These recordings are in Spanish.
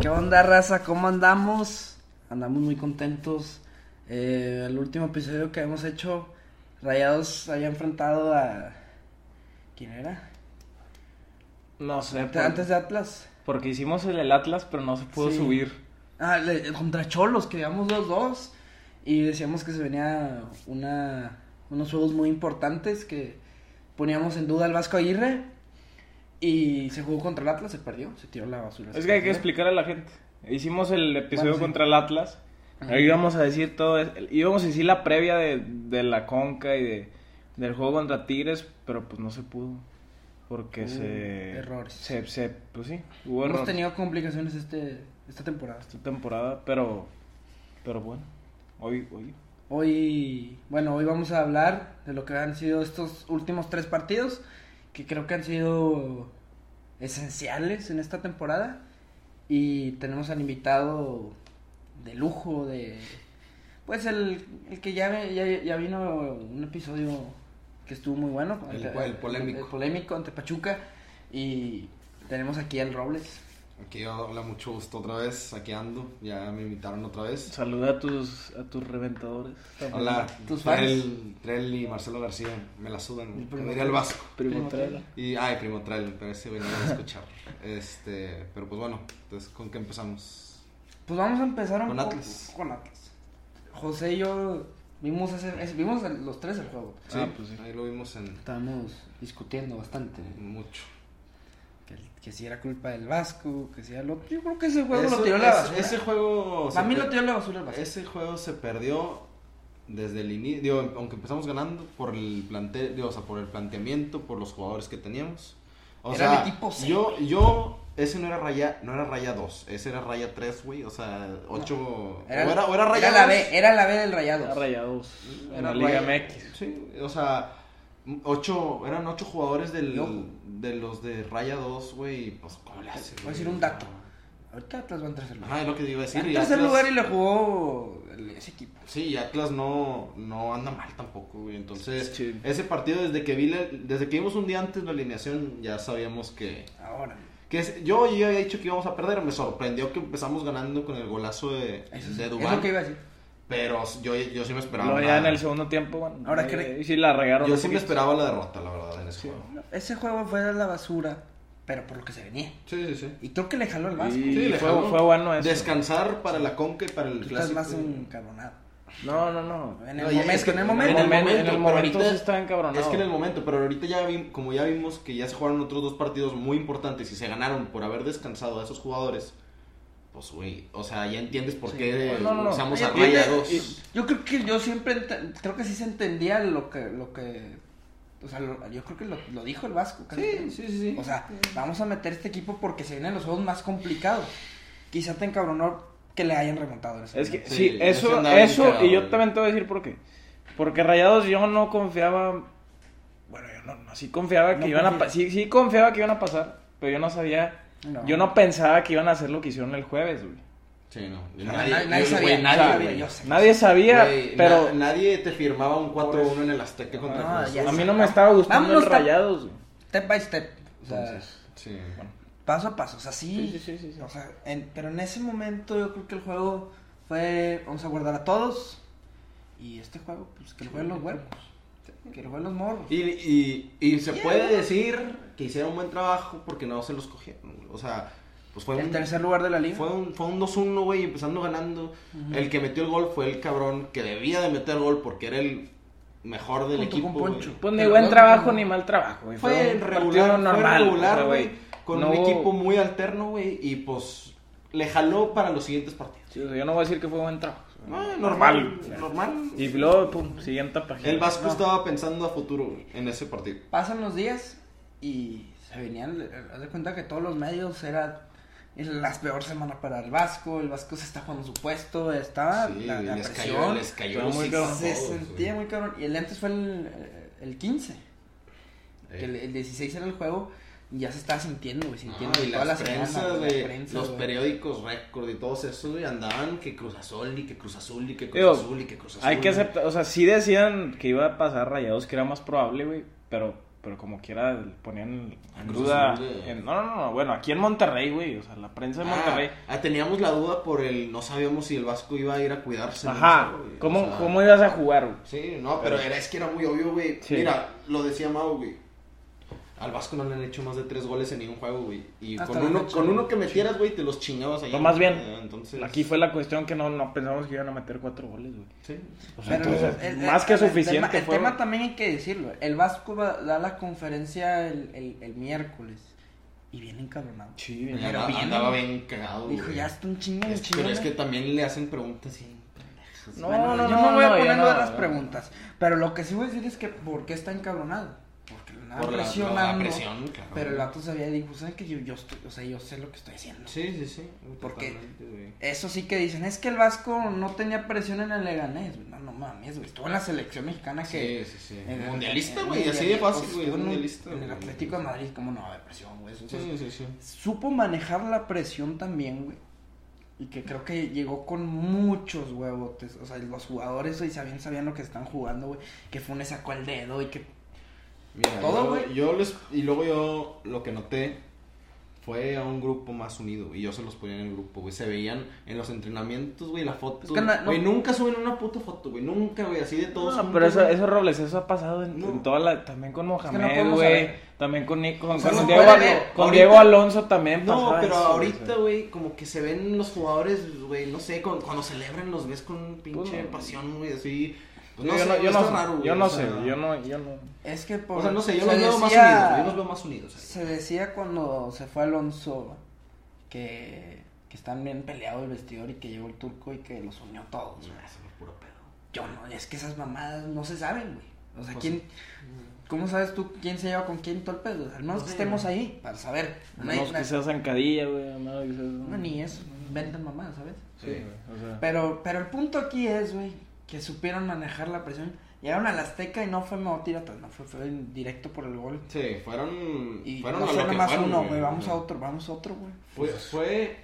¿Qué onda, raza? ¿Cómo andamos? Andamos muy contentos. Eh, el último episodio que hemos hecho, Rayados había enfrentado a. ¿Quién era? No sé, por- Antes de Atlas. porque hicimos el, el Atlas, pero no se pudo Sí. subir. Ah, le- contra Cholos, que íbamos los dos. Y decíamos que se venía una, unos juegos muy importantes que poníamos en duda al Vasco Aguirre. Y se jugó contra el Atlas, se perdió, se tiró a la basura. Es se que hay que perdió. explicar a la gente. Hicimos el episodio Bueno, sí. contra el Atlas. Ajá. Ahí íbamos a decir todo. es- Íbamos a decir la previa de, de la Conca y de, del juego contra Tigres, pero pues no se pudo. Porque Hubo se. errores. Se, se- pues sí, hubo Hemos errores tenido complicaciones este, esta temporada. esta temporada, pero. Pero bueno. Hoy, hoy. Hoy, bueno, hoy vamos a hablar de lo que han sido estos últimos tres partidos, que creo que han sido esenciales en esta temporada. Y tenemos al invitado de lujo, de... Pues el, el que ya, ve- ya, ya vino un episodio que estuvo muy bueno. El cual, el polémico. El, polémico ante Pachuca. Y tenemos aquí al Robles. Aquí hola, mucho gusto otra vez, aquí ando, ya me invitaron otra vez. Saluda a tus, a tus reventadores. también. Hola, ¿Tus Trell, Trell y Marcelo García, me la sudan, primo me diría el vasco. Primo Primo Trela. Trela. Y, ay, primo Trell, pero ese güey no lo va a escuchar. Este, pero pues bueno, entonces, ¿con qué empezamos? Pues vamos a empezar un Con poco- Atlas. Con Atlas. José y yo vimos ese, ese- vimos el- los tres el juego. Sí, Ah, pues sí. ahí lo vimos en Estábamos discutiendo bastante. mucho. Que, que si era culpa del Vasco, que si era lo. Yo creo que ese juego lo Eso- tiró a la ese- basura. Ese juego... se a mí per- lo tiró a la basura el Vasco. Ese juego se perdió desde el inicio, digo, aunque empezamos ganando por el plante, digo, o sea, por el planteamiento, por los jugadores que teníamos. O Era sea, el equipo C. yo yo ese no era raya, no era raya 2, ese era raya 3, güey, o sea, 8 o era o era raya era la 2. B, era la B del Rayado. Rayados. En Era la Liga raya- MX. Sí, o sea, ocho, eran ocho jugadores del, Loco. de los de raya 2, güey, y, pues cómo le haces. Voy a güey? decir un dato. Ahorita Atlas va en tercer lugar. Ajá, es lo que te iba a Está decir. en y tercer Atlas- lugar y lo jugó el- ese equipo. Sí, y Atlas no, no anda mal tampoco, güey. Entonces, Sí. ese partido, desde que vi la- desde que vimos un día antes la alineación, ya sabíamos que. Ahora. que es- yo ya había dicho que íbamos a perder. Me sorprendió que empezamos ganando con el golazo de, Eso de es Dubán. lo que iba a decir. Pero yo, yo sí me esperaba. Luego la- ya en el segundo tiempo, bueno, Ahora ahí- cre- ahí sí la regaron. yo un sí me poquito. esperaba la derrota, la verdad, en ese juego. Ese juego fue a la basura, pero por lo que se venía. Sí, sí, sí. Y creo que le jaló al Vasco. Y Sí, le fue- jaló. fue bueno eso. Descansar para la conca y para el Tú estás clásico. más encabronado. No, no, no. En el No, ya- momento, es que- en el En momento. el, momento, momento, en el pero momento ahorita- sí estaba encabronado. Es que en el momento, pero ahorita ya vi- como ya vimos que ya se jugaron otros dos partidos muy importantes y se ganaron por haber descansado a esos jugadores, pues güey, o sea, ya entiendes por Sí. qué No, no, no. usamos Y- a y- Raya y- 2. y- Yo creo que yo siempre, ent- creo que sí se entendía lo que, lo que, o sea, lo- yo creo que lo, lo dijo el Vasco. casi creo. sí, sí. O sea, vamos a meter este equipo porque se vienen los juegos más complicados. Quizá te encabronó que le hayan remontado. en ese Es que momento. Sí, sí, ya se eso, andaba bien eso, cagado, y yo güey. también te voy a decir por qué. Porque Rayados yo no confiaba. Bueno, yo no, no, sí confiaba que No iban a pa- confías. sí, sí confiaba que iban a pasar, pero yo no sabía. No. Yo no pensaba que iban a hacer lo que hicieron el jueves, güey. Sí, no. Na- nadie, sabía, nadie güey, o sea, nadie, sabía, güey. yo sé. Nadie sabía, Güey, pero na- nadie te firmaba un Pues, 4-1 en el Azteca contra No, Cruz Azul. ya a mí sé. no me estaba gustando Vámonos, el ta- Rayados, güey. Step by step. O sea, Entonces, sí. paso a paso, o sea, sí. Sí, sí, sí, sí, sí. O sea, en- pero en ese momento yo creo que el juego fue, vamos a guardar a todos. Y este juego, pues que lo jueguen los huevos. Que lo jueguen los morros. Y, y, y se puede decir que hicieron un buen trabajo porque no se los cogieron. güey. O sea, pues fue El un tercer lugar de la liga. Fue un, fue un 2-1, güey, empezando ganando. El que metió el gol fue el cabrón que debía de meter gol porque era el mejor del Junto equipo. con Poncho. güey. Pues ni Pero buen no, trabajo no. ni mal trabajo, güey. Fue un partido regular, fue normal, o sea, regular, güey. Con No un hubo- equipo muy alterno, güey, y pues le jaló para los siguientes partidos. Sí, o sea, yo no voy a decir que fue buen trabajo. Ah, normal, Normal. normal. Y luego, pues, pum, siguiente página. El Vasco No. estaba pensando a futuro güey, en ese partido. Pasan los días y se venían, eh, haz de cuenta que todos los medios era las peor semana para el Vasco, el Vasco se está jugando su puesto, estaba Sí, Ah, la, la les cayó, presión. les cayó Estaba los muy six cabrón. a se todos, sentía güey. muy cabrón. Y el antes fue el, el 15, que el, Eh. el 16 era el juego y ya se estaba sintiendo, güey, sintiendo No, Ah, y y toda las la prensas, semana, güey, güey, la prensa, los güey. periódicos récord y todos esos, güey, andaban que Cruz Azul y que Cruz Azul y que Cruz Digo, Azul y que Cruz Azul. Hay que güey. aceptar, o sea, sí decían que iba a pasar rayados, que era más probable, güey. Pero Pero como quiera, ponían Ah, no, cruda. eso es de- en- no, no, no, bueno, aquí en Monterrey, güey. O sea, la prensa de Monterrey. Ah, ah, teníamos la duda por el no sabíamos si el Vasco iba a ir a cuidarse. ¿no? Ajá, O sea, ¿cómo, o sea, ¿cómo ibas a jugar, güey? Sí, no, pero era, es que era muy obvio, güey. Sí. Mira, lo decía Mau, güey. Al Vasco no le han hecho más de tres goles en ningún juego, güey. Y Hasta con la uno, fecha, con güey. uno que metieras, güey, te los chingabas ahí. No, más bien, Eh, Entonces, Aquí fue la cuestión que no, no pensamos que iban a meter cuatro goles, güey. Sí. O sea, Pero entonces, el- el- más que el- el suficiente. tema- El, fueron. tema también hay que decirlo. El Vasco va- da la conferencia el, el- el miércoles y viene encabronado. Sí, bien. Y Pero andaba, bien. andaba bien cagado, Dijo, güey. ya está un chingo, un Es- chingo. pero es ¿no?". que también le hacen preguntas bien pendejas. No, Bueno, no, yo no, no voy no, a yo poner no, todas las yo no. preguntas. Pero lo que sí voy a decir es que ¿por qué está encabronado? Porque lo andaban Por la, presionando. la presión, claro. Pero el vato sabía y dijo, "Pues, ¿sabes que yo, yo estoy, o sea, yo sé lo que estoy haciendo? Sí, sí, sí. ¿Por qué? Totalmente, güey. Eso sí que dicen, es que el Vasco no tenía presión en el Leganés. güey. No, no mames, güey. Estuvo en la selección mexicana que... Sí, sí, sí. en el- mundialista, en- güey. en- Así de fácil, pues, güey. estuvo en un- mundialista. En el güey. Atlético de Madrid, ¿cómo no? De presión, güey. Eso, eso- Sí, sí, sí. Supo manejar la presión también, güey. Y que creo que llegó con muchos huevotes. O sea, los jugadores hoy sabían, sabían lo que están jugando, güey. Que Funes sacó el dedo y que. Mira, Todo, yo- güey. Yo, les. Y luego yo lo que noté fue a un grupo más unido. Y yo se los ponía en el grupo, güey. Se veían en los entrenamientos, güey, la foto. Es que na- no- Güey, nunca suben una puta foto, güey. Nunca, güey. Así de todos. No, juntos, pero eso, güey. eso Robles, eso ha pasado en, No. en toda la. También con Mohamed, podemos güey. saber. También con, Ni- con, O sea, con no Diego, puede Al- haber. con Ahorita- Diego Alonso también No, pasaba pero eso, güey, ahorita, güey, como que se ven los jugadores, güey, no sé, con- cuando celebran los ves con un pinche Pues no. pasión, güey, así. Pues yo, no sé, no, yo, está no, raro, güey, yo no o sé, sea, yo no, yo no. Es que por. O sea, no sé, yo se los veo más decía- unidos, güey, yo los veo más unidos. ahí. Se decía cuando se fue Alonso que, que están bien peleados el vestidor y que llegó el turco y que los unió todos. Eso güey. es puro pedo. Yo no, es que esas mamadas no se saben, güey. O sea, Pues ¿quién, ¿cómo sabes tú quién se lleva con quién todo el pedo? Al menos No que sé, estemos güey. ahí para saber. A No hay- menos no hay- que sea zancadilla, güey. a menos que sea- no, ni eso, venden mamadas, ¿sabes? Sí, güey. O sea, Pero, pero el punto aquí es, güey, que supieron manejar la presión. Llegaron al Azteca y no fue medio tiro atrás, no fue, fue en directo por el gol. Sí, fueron. Y fueron no a lo fue que nomás fueron, uno, güey, vamos o sea, a otro, vamos a otro, güey. Fue. fue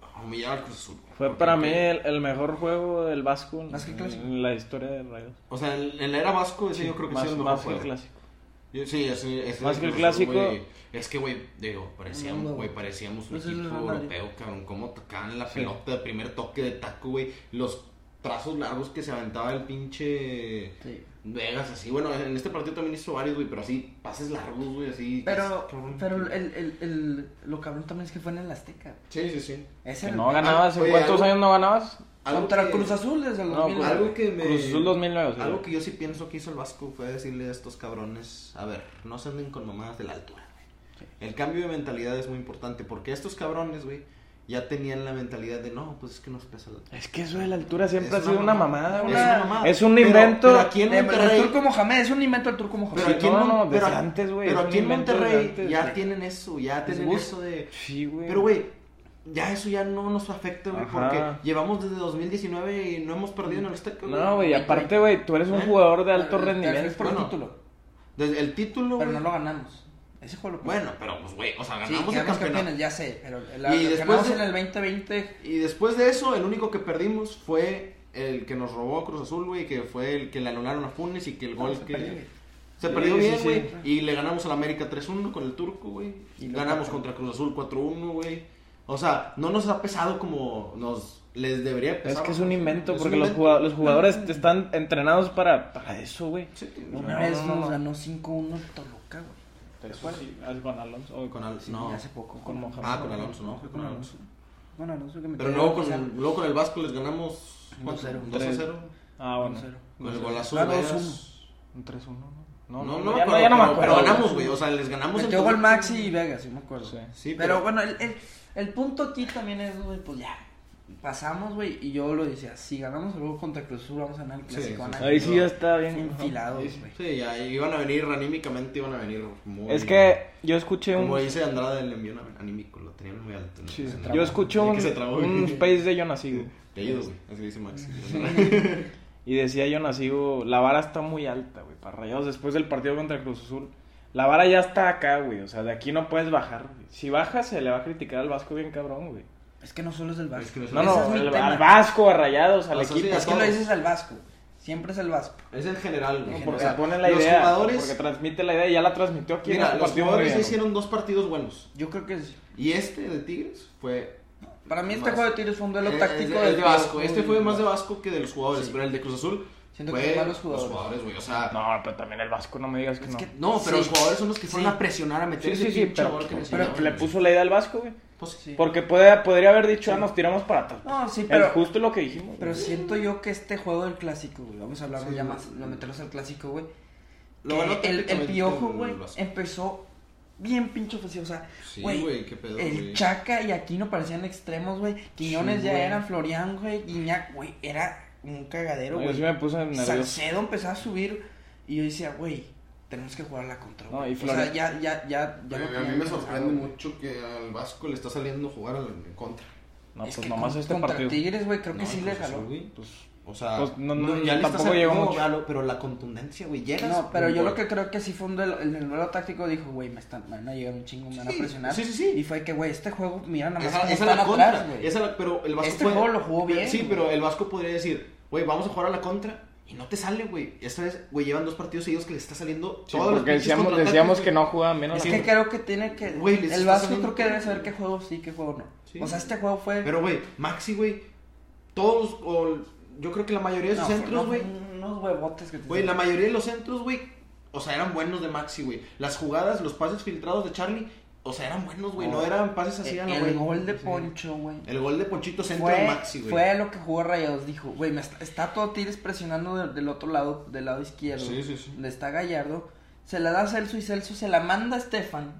a humillar al Cruz Azul. güey, fue porque- para mí el, el mejor juego del Vasco en, Más que el clásico. en la historia de Rayados. O sea, en en la era Vasco, ese yo creo que ha más, sido el mejor más que el juego. clásico. Yo- sí, ese- ese Más que el Cruz Azul, clásico. güey, es que, güey, digo, parecíamos, No, no, güey, güey. parecíamos un No sé, equipo no, no, no. europeo, cabrón. Cómo tocaban la Sí. pelota, el primer toque de taco, güey. Los trazos largos que se aventaba el pinche Sí. Vegas, así. Bueno, en este partido también hizo varios, güey, pero así, pases largos, güey, así. Pero, cabrón. pero el, el, el- lo cabrón también es que fue en el Azteca. Sí, sí, sí. Ese Que era no el- ganabas, ¿en Oye, cuántos algo- años no ganabas? Algo Contra que- Cruz Azul desde el No, 2009. Algo que me... Cruz Azul 2009, sí. Algo que yo sí pienso que hizo el Vasco fue decirle a estos cabrones, a ver, no se anden con mamadas de la altura. güey. El cambio de mentalidad es muy importante porque estos cabrones, güey, ya tenían la mentalidad de no, pues es que nos pesa la altura. Es que eso de la altura siempre Es ha sido una mamada, es güey. una mamada. Es un Pero- invento Pero, aquí en De- Monterrey... del turco Mohamed, es un invento del turco Mohamed. Pero Sí, aquí en no, Mon- no, desde pero- antes, güey, Pero es un aquí en invento desde Monterrey antes, ya güey. tienen eso, ya tienen bus. eso de... Sí, güey. Pero, güey, ya eso ya no nos afecta, güey, Ajá. porque llevamos desde 2019 y no hemos perdido en el Azteca, No, güey, Ay, aparte, güey. güey, tú eres un ¿Eh? jugador de alto Pero- pero Es rendimiento. por el Bueno, título, Desde el título, pero no güey, lo ganamos. Ese juego lo Bueno, pero pues, güey, o sea, Sí, ganamos el quedamos campeonato. campeones, ya sé, pero la, Y lo después ganamos de- en el 2020 Y después de eso, el único que perdimos fue el que nos robó Cruz Azul, güey, que fue el que le anularon a Funes y que el gol se que. perdió, güey. Se Sí, perdió sí, bien, sí. güey. Y le ganamos al América 3-1 con el turco, güey. Y lo Ganamos empatamos. contra Cruz Azul 4-1, güey. O sea, no nos ha pesado como nos les debería pesar. Es que es un invento, Es un porque los invento. jugado- los jugadores, te están entrenados para, para eso, güey. Sí, Una No, vez no, nos no. ganó 5-1 el Toluca, güey. Eso sí, ah, con Alonso. o con con- Al- Sí, no. hace poco. Con Mohamed. Ah, con Alonso, no, fue con Alonso. Con Alonso que me Pero quedé luego en con, la el, luego con el Vasco les ganamos 1-0. 2-0. Ah, bueno. Cero. Con el golazo Ah, de 2-1. Vegas. Un 3-1, ¿no? No, no, ya me acuerdo, ya no me pero- acuerdo. Pero ganamos, güey. O sea, les ganamos en Metió gol Toluca. Maxi y Vegas, sí me acuerdo. Sí. Sí, pero, pero- bueno, el, el, el punto aquí también es, güey, pues ya. Pasamos, güey, y yo lo decía, si ganamos el juego contra Cruz Azul, vamos a ganar el Sí, clásico. sí, van a sí. Ahí sí ya está bien. Enfilados, Ajá. güey. Sí, ya iban a venir anímicamente, iban a venir muy. Es que yo escuché Como un. dice Andrade, le envió un anímico, lo tenían muy alto. ¿no? sí, Se trabó. yo escuché Sí, un, que se trabó, güey. un space de Jonasigo. Te ayudo, güey. Así dice Max. Y decía Jonasigo, la vara está muy alta, güey, para Rayados después del partido contra Cruz Azul. La vara ya está acá, güey. O sea, de aquí no puedes bajar. güey. Si bajas, se le va a criticar al Vasco bien cabrón, güey. Es que no solo es el Vasco. Es que no solo No, Ese no, es mi al, tema. al Vasco, a Rayados, al O sea, sí, equipo. a Es que lo todos. dices al Vasco. Siempre es el Vasco. Es en general, güey. No, En porque general. se pone la Los idea. jugadores- Porque transmite la idea y ya la transmitió aquí. en Mira, el los partido jugadores muy bien. hicieron dos partidos buenos. Yo creo que sí. Y este de Tigres fue. Para mí este más- juego de tiros fue un duelo es- es táctico. de, es del de Cruz Vasco. Azul. Este fue más de Vasco que de los jugadores. Pero el de Cruz Azul. Siento fue que fue malos jugadores. Los jugadores, güey. O sea, no, No, pero también el Vasco, no me digas que no. que- pero los Sí. jugadores son los que fueron Sí. a presionar, a meter Sí, ese sí, sí, pinche pero, gol que les pero hicieron, le güey. puso la idea al Vasco, güey. Pues, Sí. Porque puede, podría haber dicho, ah, nos tiramos para atrás. No, sí, Es pero- justo lo que dijimos. Pero güey. siento yo que este juego del clásico, güey, vamos a hablar Sí, ya güey. más, a meterlos al clásico, güey. Lo que ganó el, el tácticamente piojo, el güey, Vasco. empezó bien pinche ofensivo. O sea, Sí, güey, güey, qué pedo, el güey. Chaca y Aquino parecían extremos, güey. Quiñones Sí, ya güey. eran Florian, güey. Guiñac, güey, era un cagadero, No, yo güey. sí me puse nervioso. Salcedo empezaba a subir y yo decía, güey, tenemos que jugar a la contra. No, güey. y o sea, Florian- ya, ya, ya, ya lo Güey, a mí tenían me pensado, sorprende güey. mucho que al Vasco le está saliendo jugar al, en contra. No, Es pues que nomás con- este contra partido. Tigres, güey, creo No, que sí Cruz le Azul, jaló. güey. Pues, o sea, Pues, no, no, le está tampoco sal- llegó no, mucho. Galo, pero la contundencia, güey, llegas. No, pero un yo lo gol. que creo que sí fue un duelo, en el duelo táctico dijo, güey, me están, me van a llegar un chingo, me van a Sí, presionar. sí, sí, sí. Y fue que, güey, este juego, mira, nada más Esa, cómo esa están la atrás, contra. güey. esa la- pero el Vasco Este juego lo jugó bien, Sí, güey. pero el Vasco podría decir, güey, vamos a jugar a la contra y no te sale, güey. Esta vez, güey, llevan dos partidos seguidos que le está saliendo Sí, todos los porque pinches decíamos, contraataques, decíamos güey. que no jugaba menos. Es la que gente. creo que tiene que. Güey, les el está Vasco saliendo creo que todo, debe saber güey. qué juego sí, qué juego no. Sí. O sea, este juego fue. Pero, güey, Maxi, güey, todos, o yo creo que la mayoría de no, sus fue- centros, no, güey, Unos huevotes que te Güey, la mayoría de los centros, güey, o sea, eran buenos de Maxi, güey. Las jugadas, los pases filtrados de Charlie, o sea, eran buenos, güey. No No. eran pases así a Oh, e- El, lo eh, el güey. gol de Sí. Poncho, güey. El gol de Ponchito centro de Fue, Maxi, güey. fue lo que jugó Rayados. Dijo, güey, me está, está todo Tigres presionando de- del otro lado, del lado izquierdo. Sí, sí, sí. Donde está Gallardo. Se la da a Celso y Celso se la manda a Estefan.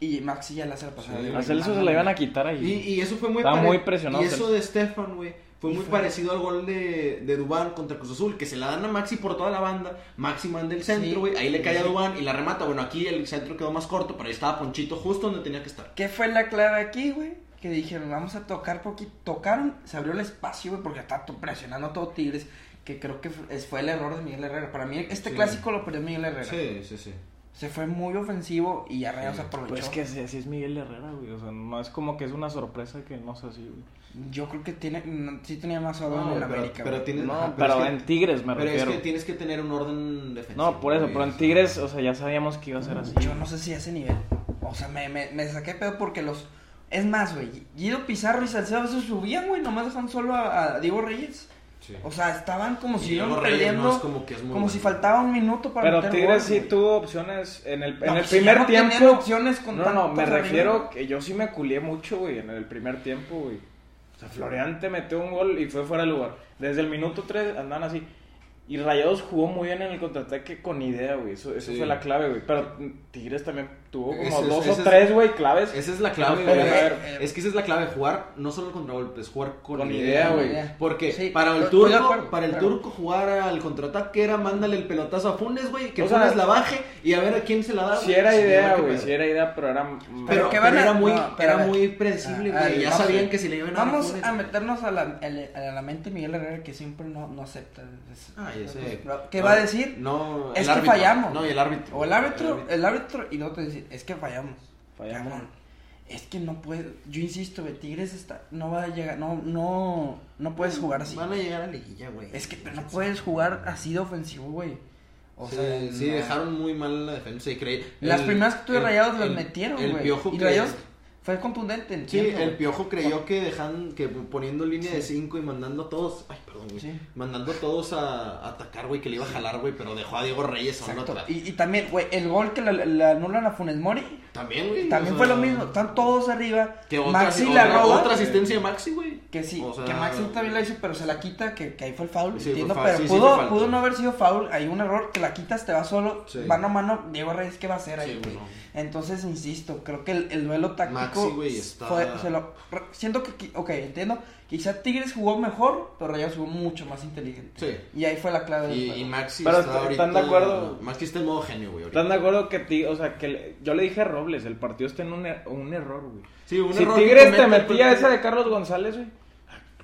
Y Maxi ya la hace la pasada. Sí, Digo, A güey, Celso se mándame. la iban a quitar ahí. Y, y eso fue muy Estaba pare- muy presionado, Y eso Celso. de Stefan, güey. Fue Y muy fue- parecido al gol de, de Dubán contra Cruz Azul, que se la dan a Maxi por toda la banda. Maxi manda el Sí. centro, güey. Ahí le cae a Sí. Dubán y la remata. Bueno, aquí el centro quedó más corto, pero ahí estaba Ponchito justo donde tenía que estar. ¿Qué fue la clave aquí, güey? Que dijeron, vamos a tocar poquito. Tocaron, se abrió el espacio, güey, porque está to- presionando todo Tigres. Que creo que fue fue el error de Miguel Herrera. Para mí, este Sí. clásico lo perdió Miguel Herrera. Sí, sí, sí. Se fue muy ofensivo y ya Rayados Sí. aprovechó. Pues que así así es Miguel Herrera, güey. O sea, no es como que es una sorpresa que no sea así, güey. Yo creo que tiene, no, sí tenía más orden No, en el pero- América. pero güey. tiene- No, ajá, pero, pero es que- en Tigres me Pero refiero. es que tienes que tener un orden defensivo. No, por eso, güey, pero o en sea. Tigres, o sea, ya sabíamos que iba a ser así. Yo no sé si a ese nivel. O sea, me, me, me saqué pedo porque los. Es más, güey. Guido Pizarro y Salcedo a veces subían, güey. Nomás dejan solo a, a Diego Reyes. Sí. O sea, estaban como si Y luego iban Reyes, perdiendo. no, es como como que es muy si bueno. faltaba un minuto para Pero meter Tigres gol, sí güey. tuvo opciones en el, en No, el si primer no tenían tiempo. opciones con no, no, tantos me arriba. refiero que yo sí me culié mucho, güey, en el primer tiempo, güey. O sea, Florian te metió un gol y fue fuera de lugar. Desde el minuto 3 andaban así. Y Rayados jugó muy bien en el contraataque con idea, güey. Eso, eso Sí. fue la clave, güey. Pero Tigres también tuvo como Ese es- dos ese o es- tres, güey, claves. Esa es la clave, Pero, güey. a ver. Es que esa es la clave, jugar no solo el contragolpe, es jugar con, Con idea, idea, güey. idea. Porque Sí, para el estoy de turco, acuerdo, para el claro. turco jugar al contraataque era mándale el pelotazo a Funes, güey, que O sea, Funes la baje y a ver a quién se la da. Si güey. era Sí, idea, qué güey, pedo. si era idea, pero era... Pero, Pero que pero van a- era muy, no, pero a era ver. muy predecible, Ah, güey. ah, Ya no, sabían sí. que si le iban a dar Vamos Funes, a güey. meternos a la, al- a la mente de Miguel Herrera que siempre no, no acepta. Es- pues, Ah, ya sé. ¿Qué No, va a decir? No, es el que árbitro. fallamos. No, y el árbitro. O el árbitro, el árbitro, y luego te decir, es que fallamos. Fallamos. Cabrón, Es que no puede, yo insisto, güey, Tigres está, no va a llegar, no, no, no puedes jugar así. Van a llegar a liguilla, güey. Es que pero no puedes jugar así de ofensivo, güey. O sí, sea, sí, no. dejaron muy mal la defensa y creí. Las el- primeras que tuve el- rayados las el- metieron, el güey. Piojo Y que- rayados fue contundente en Sí, tiempo, el güey. piojo creyó que dejan, que poniendo línea de 5 y mandando a todos, ay, perdón, güey, Sí. mandando a todos a, a atacar, güey, que le iba a jalar, güey, pero dejó a Diego Reyes solo Exacto. atrás. Y, y también, güey, el gol que le le anulan a Funes Mori, También, güey. también o fue sea, lo mismo. Están todos arriba. Que otra, Maxi o- la roba. otra asistencia de Maxi, güey. Que sí, O sea, que Maxi también la hizo, pero se la quita, que, que ahí fue el foul, Sí, fue entiendo, foul, pero sí, sí, pudo, fue falta. pudo no haber sido foul, hay un error, que la quitas, te va solo, Sí. mano a mano, Diego Reyes, ¿qué va a hacer ahí, Sí, güey? bueno. Entonces, insisto, creo que el, el duelo táctico Maxi, güey, está- fue, se lo, re- siento que, qui- ok, entiendo, quizá Tigres jugó mejor, pero Rayados jugó mucho más inteligente. Sí. Y ahí fue la clave del Y, juego. y Maxi Pero está ahorita. ¿están de acuerdo? Maxi está en modo genio, güey. ahorita. ¿Están de acuerdo que, ti- o sea, que le- yo le dije a Robles, el partido está en un, er- un error, güey? Sí, un si error que Tigres te comete pues, el metía portero. esa de Carlos González, güey,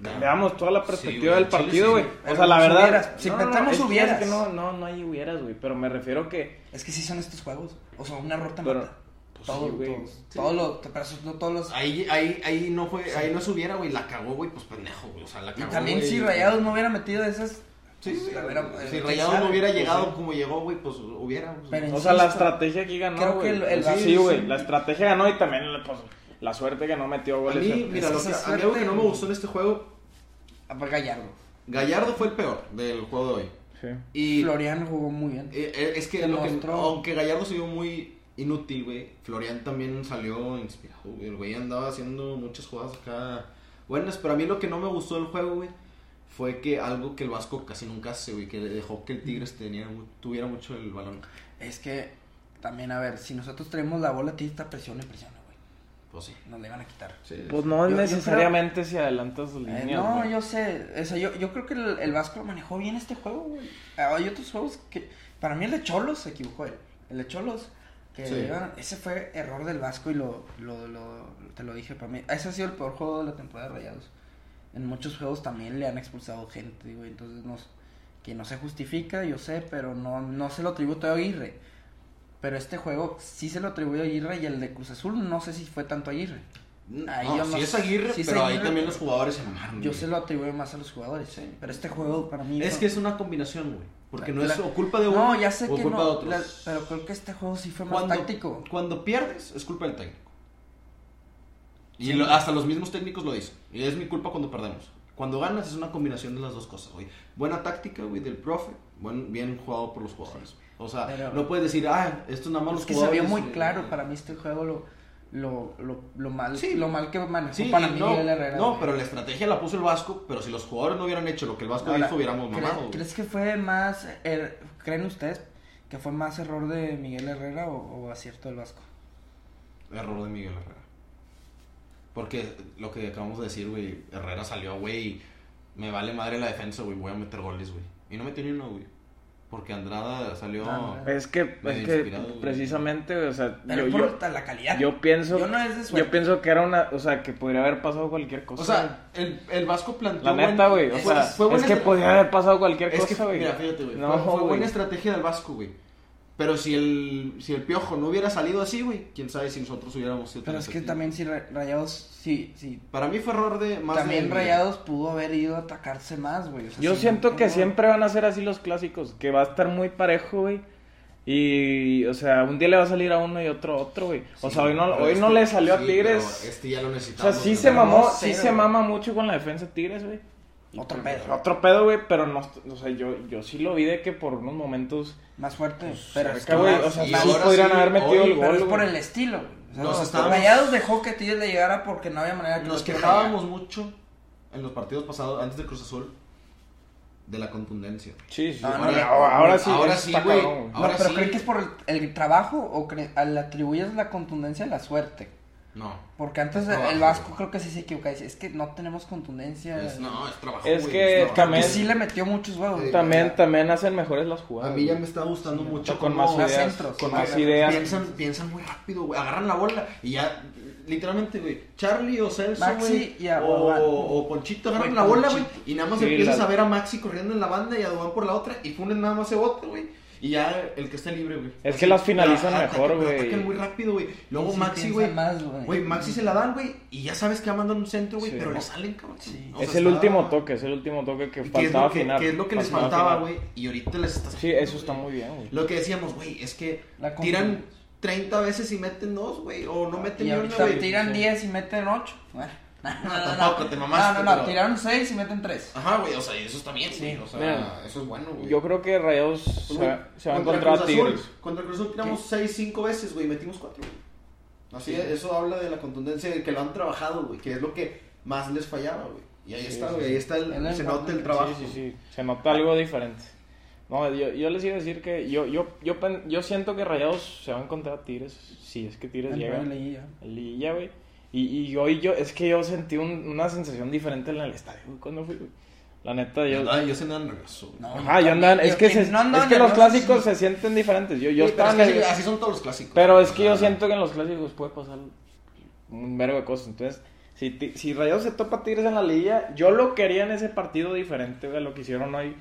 No. veamos toda la Sí, perspectiva del güey, al Chile partido, sí. güey. Pero o sea, la no verdad. hubieras, si metamos es que- hubieras. Es que no, no, no hay hubieras, güey. Pero me refiero que. Es que sí son estos juegos, o sea, un error te Pero- mata. pues Todo, sí, güey. todos, todos los- pero no todos los... Ahí, ahí, ahí no fue, ahí no subiera, güey, la cagó, güey, pues pendejo, güey, o sea, la Y cagó. también güey. si Rayados no hubiera metido esas, Sí, sí, La hubiera- güey. eh, si quién Rayados sabe, no hubiera pues, llegado sí. como llegó, güey, pues hubiera. pues, Pero- O sea, la Insisto, estrategia aquí ganó, creo güey. que el- el sí, Vasco- güey, la estrategia ganó y también pues, la suerte que no metió a goles. mí, mira, es lo esa que- a mí suerte, algo que no me güey. gustó en este juego, Ah, pues Gallardo. Gallardo fue el peor del juego de hoy. Sí. Y Florian jugó muy bien. eh, eh, es que, Se lo que- mostró. aunque Gallardo se vio muy inútil, güey, Florian también salió inspirado, güey. El güey andaba haciendo muchas jugadas acá buenas, pero a mí lo que no me gustó del juego, güey, fue que algo que el Vasco casi nunca hace, güey, que dejó que el Tigres tenía, mu- tuviera mucho el balón. Es que también, a ver, si nosotros traemos la bola, tiene esta presión y presión, güey. Pues sí. Nos la iban a quitar. Sí. Pues no Yo- yo necesariamente si adelantas Eh, líneas. no, güey. yo sé. O sea, yo, yo creo que el, el Vasco lo manejó bien este juego, güey. Ah, Hay otros juegos que. Para mí el de Cholos se equivocó él. El de Cholos. Que Sí. iban- ese fue error del Vasco y lo, lo, lo- te lo dije para mí. Ese ha sido el peor juego de la temporada de Rayados. En muchos juegos también le han expulsado gente, güey. Entonces, no, s- que no se justifica, yo sé, pero no, no se lo atributo a Aguirre. Pero este juego sí se lo atribuyó a Aguirre y el de Cruz Azul no sé si fue tanto a Aguirre. Ahí no, yo sí no es sé. Aguirre, Sí es pero ahí Aguirre. también los jugadores se mamaron. Yo güey. se lo atribuyo más a los jugadores, Sí. pero este juego para mí... Mm. Es fue- que es una combinación, güey. Porque no La- es o culpa de uno No, ya sé o que culpa de no, otros. la- pero creo que este juego sí fue más Cuando- táctico. Cuando pierdes, es culpa del técnico. Y Sí. lo- hasta los mismos técnicos lo dicen. Y es mi culpa cuando perdemos. Cuando ganas es una combinación de las dos cosas, güey. Buena táctica, güey, del profe. Buen, bien jugado por los jugadores. güey. O sea, Pero- no puedes decir, ah, esto es nada más Es los que se jugadores. vio muy eh, claro eh". para mí este juego lo, lo, lo, lo mal, Sí. lo mal que manejó Sí, para y mí no, Miguel Herrera. no, güey. pero la estrategia la puso el Vasco. Pero si los jugadores no hubieran hecho lo que el Vasco Ahora, hizo, hubiéramos ¿cre- mamado. güey. ¿Crees que fue más, er- creen ustedes, que fue más error de Miguel Herrera o, o acierto del Vasco? Error de Miguel Herrera. Porque lo que acabamos de decir, güey, Herrera salió, güey, y me vale madre la defensa, güey, voy a meter goles, güey. Y no metió ni uno, güey. Porque Andrada salió... Ah, no. Es que, Medio es que inspirado, güey. precisamente, güey, o sea, Pero yo, por yo, ta- la calidad. yo pienso, Yo no es de yo suerte. pienso que era una, o sea, que podría haber pasado cualquier cosa. o sea, el, el Vasco planteó... la neta, güey, o sea, es que podría haber pasado cualquier Es que, cosa, güey. mira, fíjate, güey, No, fue, fue güey. buena estrategia del Vasco, güey. Pero si el, si el Piojo no hubiera salido así, güey, quién sabe si nosotros hubiéramos sido Pero tan es que efectivos. también si Ra- Rayados, sí, sí, Para mí fue error de... Más También de- Rayados pudo haber ido a atacarse más, güey. o sea, Yo sí, siento que no. siempre van a ser así los clásicos, que va a estar muy parejo, güey. Y, o sea, un día le va a salir a uno y otro a otro, güey. O Sí, sea, hoy no, pero hoy este- no le salió a sí, pero Tigres. Este ya lo O sea, necesitamos. sí güey. se mamó, ganamos sí cero, se güey. mama mucho con la defensa de Tigres, güey. pues, Otro pedo. Otro pedo, güey, pero no, o sea, yo, yo sí lo vi de que por unos momentos... Más fuerte. pero Pero es pues, que güey, más- o sea, y sí ahora podrían sí, haber metido hoy- el pero gol, es por güey. el estilo, güey. O sea, Nos los estábamos- Rayados dejó que Tigres le llegara porque no había manera que Nos los Tigres quejábamos mucho en los partidos pasados, antes de Cruz Azul, de la contundencia. Sí, sí, No, no, ahora, no. ahora- ahora sí, Ahora eso sí, está güey. cabrón, güey. llegaran. Ahora no, pero sí. creen que es por el, el trabajo o cre- a- le atribuyes la contundencia a la suerte. No. Porque antes El trabajo, el Vasco güey. creo que sí se equivoca. Dice, es que no tenemos contundencia. Es, no, es trabajo. Es güey, que trabajo. Que también- sí le metió muchos huevos. Sí. También, también hacen mejores las A jugadas. mí ya güey. me está gustando mucho. O con cómo más más ideas, centros, con sí, más más ideas. Piensan, piensan muy rápido, güey. Agarran la bola y ya, literalmente, güey. Charlie o Celso, Maxi güey. y a- o, Adobán. o Ponchito agarran Güey, la bola, güey. Ponchito. Y nada más Sí, empiezas la- a ver a Maxi corriendo en la banda y a Dubán por la otra. Y Funes nada más se bota, güey. Y ya el que esté libre, güey. Es que Así, las finalizan pero atacan, mejor, pero güey. Atacan muy rápido, güey. Luego Sí, Maxi, piensan güey. más, güey. Güey, Maxi se la dan, güey, y ya sabes que va mandando un centro, güey, Sí. pero le salen, cabrón. Sí. O sea, Es el está- último toque, es el último toque que ¿Y ¿Qué es, lo faltaba que, afinar, qué es lo que les faltaba faltaba, afinar. güey? Y ahorita les estás. Sí, eso está muy bien, güey. Lo que decíamos, güey, es que La tiran confianza. 30 veces y meten dos, güey, o no meten Y ni una, ahorita güey. tiran 10 y meten 8. Bueno, no, no, no, no. Tampoco, te mamaste, No, no, no, pero- tiraron 6 y meten 3. Ajá, güey, o sea, y eso está bien, güey. Sí. O sea, Mira, eso es bueno, güey. Yo creo que Rayados Pues, se, güey, va- se va a contra encontrar a Cruz Azul- Tigres. Contra Cruz Azul tiramos 6, 5 veces, güey, y metimos 4. Así, es, eso habla de la contundencia de que lo han trabajado, güey, que es lo que más les fallaba, güey. Y ahí Sí, está, sí, güey, sí. ahí está el, En el se nota el momento, trabajo. Sí, sí, sí. Se nota algo diferente. No, yo, yo les iba a decir que yo, yo, yo, pen- yo siento que Rayados se va a encontrar a Tigres. Si es que Tigres llega. Liguilla, güey. Y, y hoy yo, es que yo sentí un- una sensación diferente en el estadio, güey, cuando fui, güey. La neta, yo. Ay, yo se me dan nervioso. güey. Ajá, yo andan, es que, se- es que los clásicos se sienten diferentes. Yo, yo Sí, pero estaba es que nervioso. así- así son todos los clásicos. Pero es que O yo sea, siento que en los clásicos puede pasar un vergo de cosas. Entonces, si, ti- si Rayados se topa a Tigres en la liga, yo lo quería en ese partido diferente güey, a lo que hicieron hoy.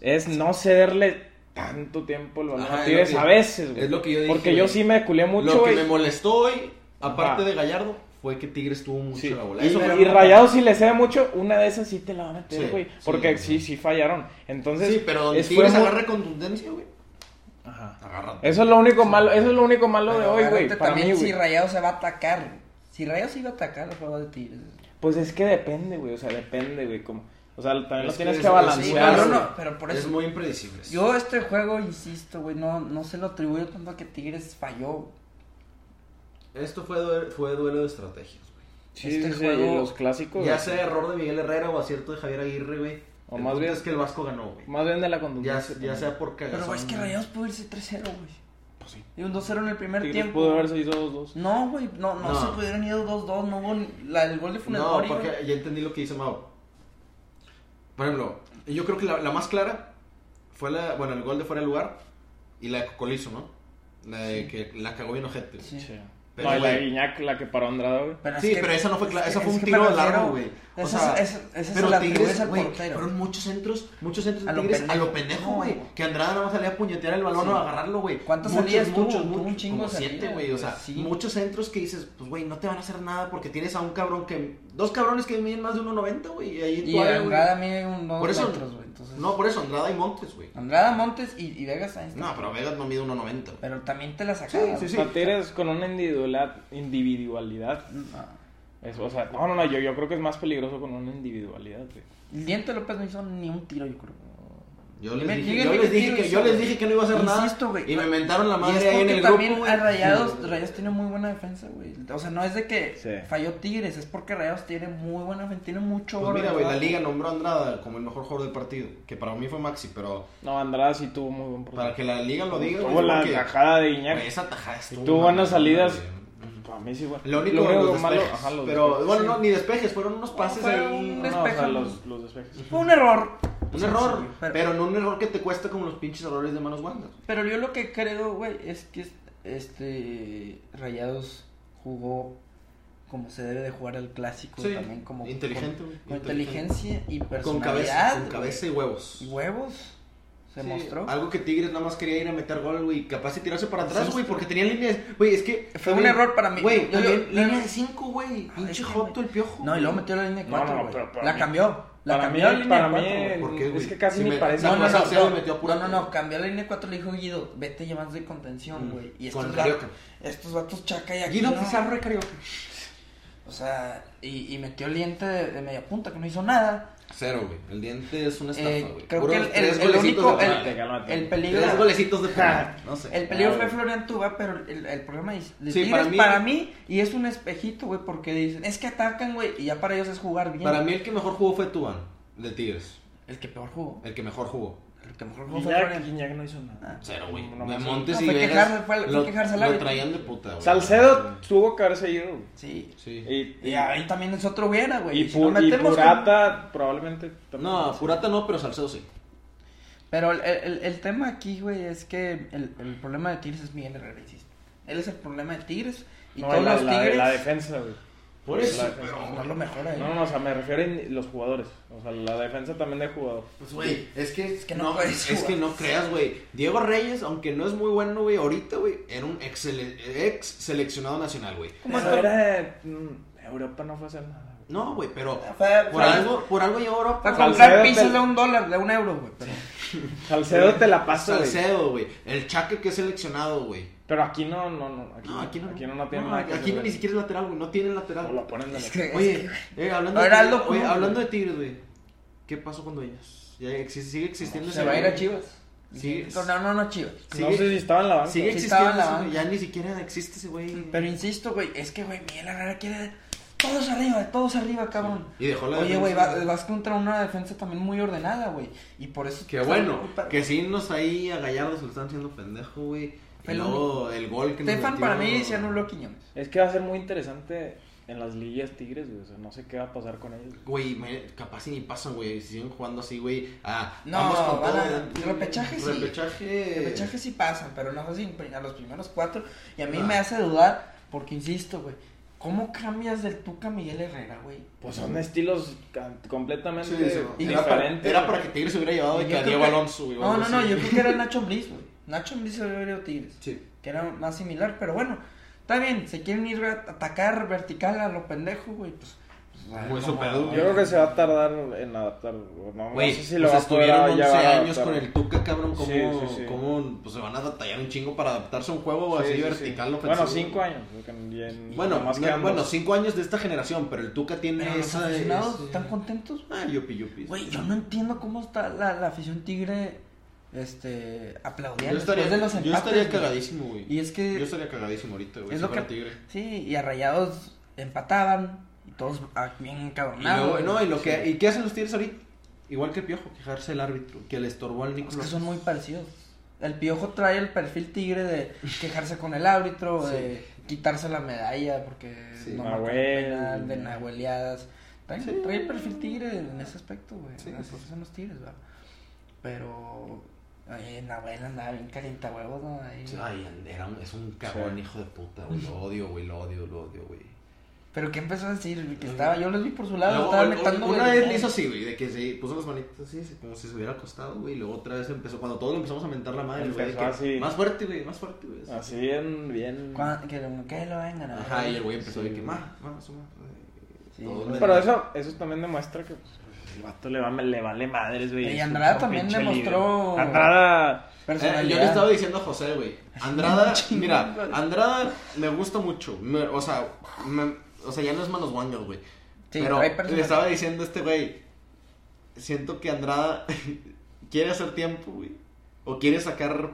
Es no cederle tanto tiempo el balón Ajá, a es Tigres lo que- a veces, es lo que yo dije, Porque yo güey. sí me culé Lo mucho, que güey. me molestó hoy, aparte Ajá. de Gallardo, fue que Tigres tuvo mucho Sí, la bola. eso Eso fue- fue y una- Rayados si le cede mucho, una de esas sí te la va a meter, Sí, güey. sí, porque sí, sí. sí fallaron. Entonces, Sí, pero donde es- fue Tigres muy- agarra contundencia, güey. Ajá. Agarra. Eso es lo único malo, eso es lo único malo de Pero hoy, güey. acuérdate Para mí, también si güey. Rayados se va a atacar. Si Rayados iba a atacar el juego de Tigres. Pues es que depende, güey. O sea, depende, güey. Como... O sea, también lo Es tienes que que, es- Sí, balancear. no, no, güey. no, pero por Es eso. muy impredecible. Yo este juego, insisto, güey, no, no se lo atribuyo tanto a que Tigres falló. Esto fue, due- fue duelo de estrategias, güey. Sí, Este sí, sí, juego- los clásicos. Ya güey. sea error de Miguel Herrera o acierto de Javier Aguirre, güey. O El más punto bien- Mm, es que el Vasco ganó, güey. Más bien de la Ya, contundencia. ya también. sea por Pero cagazón. güey, es que güey. Rayados pudo irse 3-0, güey. Pues sí. Y un 2-0 en el primer Tigres tiempo. pudo haberse ido 2-2. No, güey, no, no, No. se pudieron ir 2-2, no hubo ni- la, el gol de Funes No, Mori, güey. porque ya entendí lo que dice Mao. Por ejemplo, yo creo que la, la más clara fue la, bueno, el gol de fuera de lugar y la de Cocolizo, ¿no? La de que la cagó bien ojete. Sí. Sí. Pero, no, y la güey. Guiñac, la que paró Andrada, güey. Pero es Sí, que- pero esa no fue clara, es esa que- fue es un que tiro me refiero- largo, güey. O Esa sea, es- esa- esa se pero la atribuyes Tigres, al güey, portero. fueron muchos centros, muchos centros de A lo Tigres a pendejo. lo pendejo, No. güey. Que Andrada nada más salía a puñetear el balón Sí. o a agarrarlo, güey. ¿Cuántas Muchos, salidas tuvo? muchos, Tuvo un muchos, chingo como de siete, salidas, güey. O sea, sí. muchos centros que dices, pues, güey, no te van a hacer nada porque tienes a un cabrón que... Dos cabrones que miden más de 1.90, güey. Y ahí en tu Y área, güey. Andrada mide un Por 2 eso- metros, güey, entonces... No, por eso, Andrada y Montes, güey. Andrada, Montes y, y Vega Sáenz. No, pero Vegas no mide 1.90, güey. Pero también te la sacaba. Sí, sí, O sea, Tigres con una individualidad, individualidad No. Es- o sea, no, no, no, yo, yo creo que es más peligroso con una individualidad, güey. El diente López no hizo ni un tiro, yo creo. Yo Me- les, dije, Miguel yo, les Miguel dije que, hizo, yo les dije que no iba a hacer Insisto, nada. güey. Y me inventaron la y madre es ahí en porque el grupo. también güey. a Rayados, Rayados tiene muy buena defensa, güey. O sea, no es de que Sí. falló Tigres, es porque Rayados tiene muy buena defensa, tiene mucho Pues oro, mira, güey, la ¿verdad? liga nombró a Andrada como el mejor jugador del partido. Que para mí fue Maxi, pero No, Andrada sí tuvo muy buen para porcentaje. que la liga lo diga. Tuvo güey, la porque, tajada de güey, Iñak. esa tajada estuvo. Tuvo buenas una- salidas. güey. Para mí sí, güey. Lo único, los malo, despejes, ajá, los pero despejes. bueno, no, ni despejes, fueron unos pases Fue ahí. un No, no, despeje. no, o sea, despejes. los, los despejes. Fue un error. Un error, Sí, pero... pero- no un error que te cuesta como los pinches errores de manos guangas. Pero yo lo que creo, güey, es que es- este Rayados jugó como se debe de jugar al clásico Sí, también como inteligente, con, güey, con inteligente. inteligencia y personalidad Con cabeza, con güey. cabeza y huevos. y huevos se Sí, mostró Algo que Tigres nada más quería ir a meter gol, güey. Capaz de tirarse para atrás, Sí. güey. Porque tenía líneas. Güey, es que. Fue un güey, error para mí. Güey, Yo- también yo- línea de 5, güey. Ah, Pinche es que, joto güey. el piojo. no y luego güey. metió la línea de No, cuatro no, güey. pero para la mí- cambió la para cambió mí- la línea para de mí cuatro güey. ¿Por qué, Es güey? que casi ni me- parece. No, No, no, no, no. no, le no. metió a pura- no, no, no, cambió la línea 4, le dijo Guido, vete llevando de contención, Mm. güey. Y Con estos, Carioca. vatos- estos vatos chaca y aquí Guido no. Pizarro de Carioca. O sea, y, y metió el diente de, de media punta que no hizo nada. Cero, güey. El diente es una Eh, estafa, güey. creo Puros que el, tres el- el golecitos único, de el, penal. Cálmate. el penal. Tres peligro, golecitos de penal. No sé. el peligro Ah, fue güey. Florian Tuba, pero el, el problema de, de Sí, Tigres para para mí- mí, y es un espejito, güey, porque dicen, es que atacan, güey, y ya para ellos es jugar bien. Para mí, el que mejor jugó fue Tuban. De Tigres. El que peor jugó, El que mejor jugó. el que mejor jugó fue Guiñac, Florian. Guiñac no hizo nada. Ah. Cero, güey. No, no, De no. Montes No, y fue Vegas. quejarse, fue- fue lo- quejarse al Lo árbitro. traían de puta, güey. Salcedo tuvo que haberse ido. güey. Sí. Sí. Y, Y ahí también es otro hubiera, güey. y, si nos Pu- y metemos con- Purata probablemente también. No, Purata no, pero Salcedo sí. Pero el, el- el tema aquí, güey, es que el, el problema de Tigres es Miguel Herrera, insisto. Él es el problema de Tigres y No, todos la, los la- Tigres la defensa, güey. Por La eso, defensa. pero- no lo mejora. eh. No, no, o sea, me refiero a los jugadores. O sea, la defensa también de jugador. Pues, güey, es que, que no puedes es jugar. que no creas, güey. Diego Reyes, aunque no es muy bueno, güey, ahorita, güey, era un excele- ex seleccionado nacional, güey. ¿Cómo Pero está? era, mm, Europa no fue a hacer nada, güey. No, güey, pero Fue- por fue- algo, por algo llegó a Para Europa. Salcedo comprar te- pisos de un dólar, de un euro, güey. pero- Salcedo te la pasa, güey. Salcedo, güey. El Chaque que es seleccionado, güey. Pero aquí no, no, no. Aquí No, aquí no. Aquí no, no tiene nada que Aquí no hacer, ni siquiera es lateral, güey. No tiene güey. O lateral. lo ponen de Es la- que- Oye, eh, hablando, A de ver, tigres, Aldo, ¿cómo? oye, hablando de Tigres, güey. ¿Qué pasó con Dueñas? Ya exi- sigue existiendo Se va a ir a Chivas. Sí. Pero No, no, no, Chivas. No sigue- sé si estaba en la banca. Sigue Sí existiendo, estaba en la ese, güey, banca. ya ni siquiera existe ese güey. Pero insisto, güey, es que, güey, Miguel Herrera quiere... Todos arriba, todos arriba, cabrón. Y dejó la Oye, defensa- güey, va- vas contra una defensa también muy ordenada, güey. Y por eso... Que bueno, que sí nos ahí a Gallardo se lo están haciendo pendejo, güey. Y Fue el luego el gol que nos Stefan metió- para mí se anuló Quiñones. Es que va a ser muy interesante en las liguillas Tigres, güey. O sea, no sé qué va a pasar con ellos. güey. Güey, me- capaz y ni pasan, güey. Si siguen jugando así, güey. Ah, No, vamos con van a- todo. repechaje sí. Repechaje. Repechaje sí pasan, pero no sé si prim- a los primeros cuatro. Y a mí Ah. me hace dudar, porque insisto, güey. ¿Cómo cambias del Tuca a Miguel Herrera, güey? Pues son estilos ca- completamente Sí, sí, Y era, para, diferentes. era para que Tigres se hubiera llevado de Yo que a creo Diego que- Alonso, güey. o No, algo no, no, así. yo creo que era Nacho Ambriz, güey. Nacho Ambriz se hubiera ido a Tigres, Sí. que era más similar, pero bueno. Está bien, se quieren ir a atacar vertical a lo pendejo, güey. Pues, pues, Güey, ah, su no, pedo, Yo güey. creo que se va a tardar en adaptar. güey. No, no Güey, sé si lo pues va a poder estuvieron 11 llevar a años con adaptar. el Tuca, cabrón. ¿Cómo, Sí, sí, sí. cómo, pues, se van a batallar un chingo para adaptarse a un juego Sí, así sí, sí. vertical? Bueno, ofensivo? cinco años. porque en- Bueno, nomás no, quedan bueno, dos. cinco años de esta generación, pero el Tuca tiene Pero los esa. aficionados ese- están contentos, Ah, yupi, yupi. Güey, yo no entiendo cómo está la, la afición tigre este, Yo aplaudiendo estaría, después de los yo empates. estaría güey. cagadísimo, güey. Y es que, Yo estaría cagadísimo ahorita, güey. Es si lo fuera que- tigre. sí, y a rayados empataban y todos ah, bien Y cabronados. luego- no, y lo que, ¿y qué hacen los tigres ahorita? Igual que el piojo, quejarse el árbitro, que le estorbó al Es Nicolás. que son muy parecidos. El piojo trae el perfil tigre de quejarse con el árbitro, Sí. de quitarse la medalla porque Sí. Ah, no marcan Nahuel. penal, de nahueleadas. Trae, Sí. trae el perfil tigre en ese aspecto, güey. Sí, Así sí, sí. son los tigres, ¿verdad? Pero eh, Nahuel andaba bien calienta huevos, ¿no? Ahí. Ay, era un- es un cabrón, Sí. hijo de puta, güey. Lo odio, güey, lo odio, lo odio, güey. Pero ¿qué empezó a decir? güey? Que estaba, yo los vi por su lado, Luego, estaba o- o- metiendo. una güey, vez le hizo así, güey, de que se puso las manitas así, así, como si se hubiera acostado, güey. Y luego otra vez empezó, cuando todos le empezamos a mentar la madre, güey. de Empezó que, así. Más fuerte, güey, más fuerte, güey. Ah, así. Así bien, bien. Cuan- Que, lo- que lo vengan a ver. Ajá, y el güey empezó Sí. de que, ma, ma, suma. Eh, Sí, Todo güey. el- Pero eso, eso también demuestra que pues, el vato le, va, le vale madres, güey. Y es un- Andrada un también pinche demostró- líder. Andrada. Eh, Personalidad. yo le estaba diciendo a José, güey. Andrada, Chingón, mira, güey. Andrada me gusta mucho. me- o sea, me- o sea, ya no es manos guangos, güey. Sí, pero trae le personalidad. estaba diciendo a este güey, siento que Andrada quiere hacer tiempo, güey. O quiere sacar,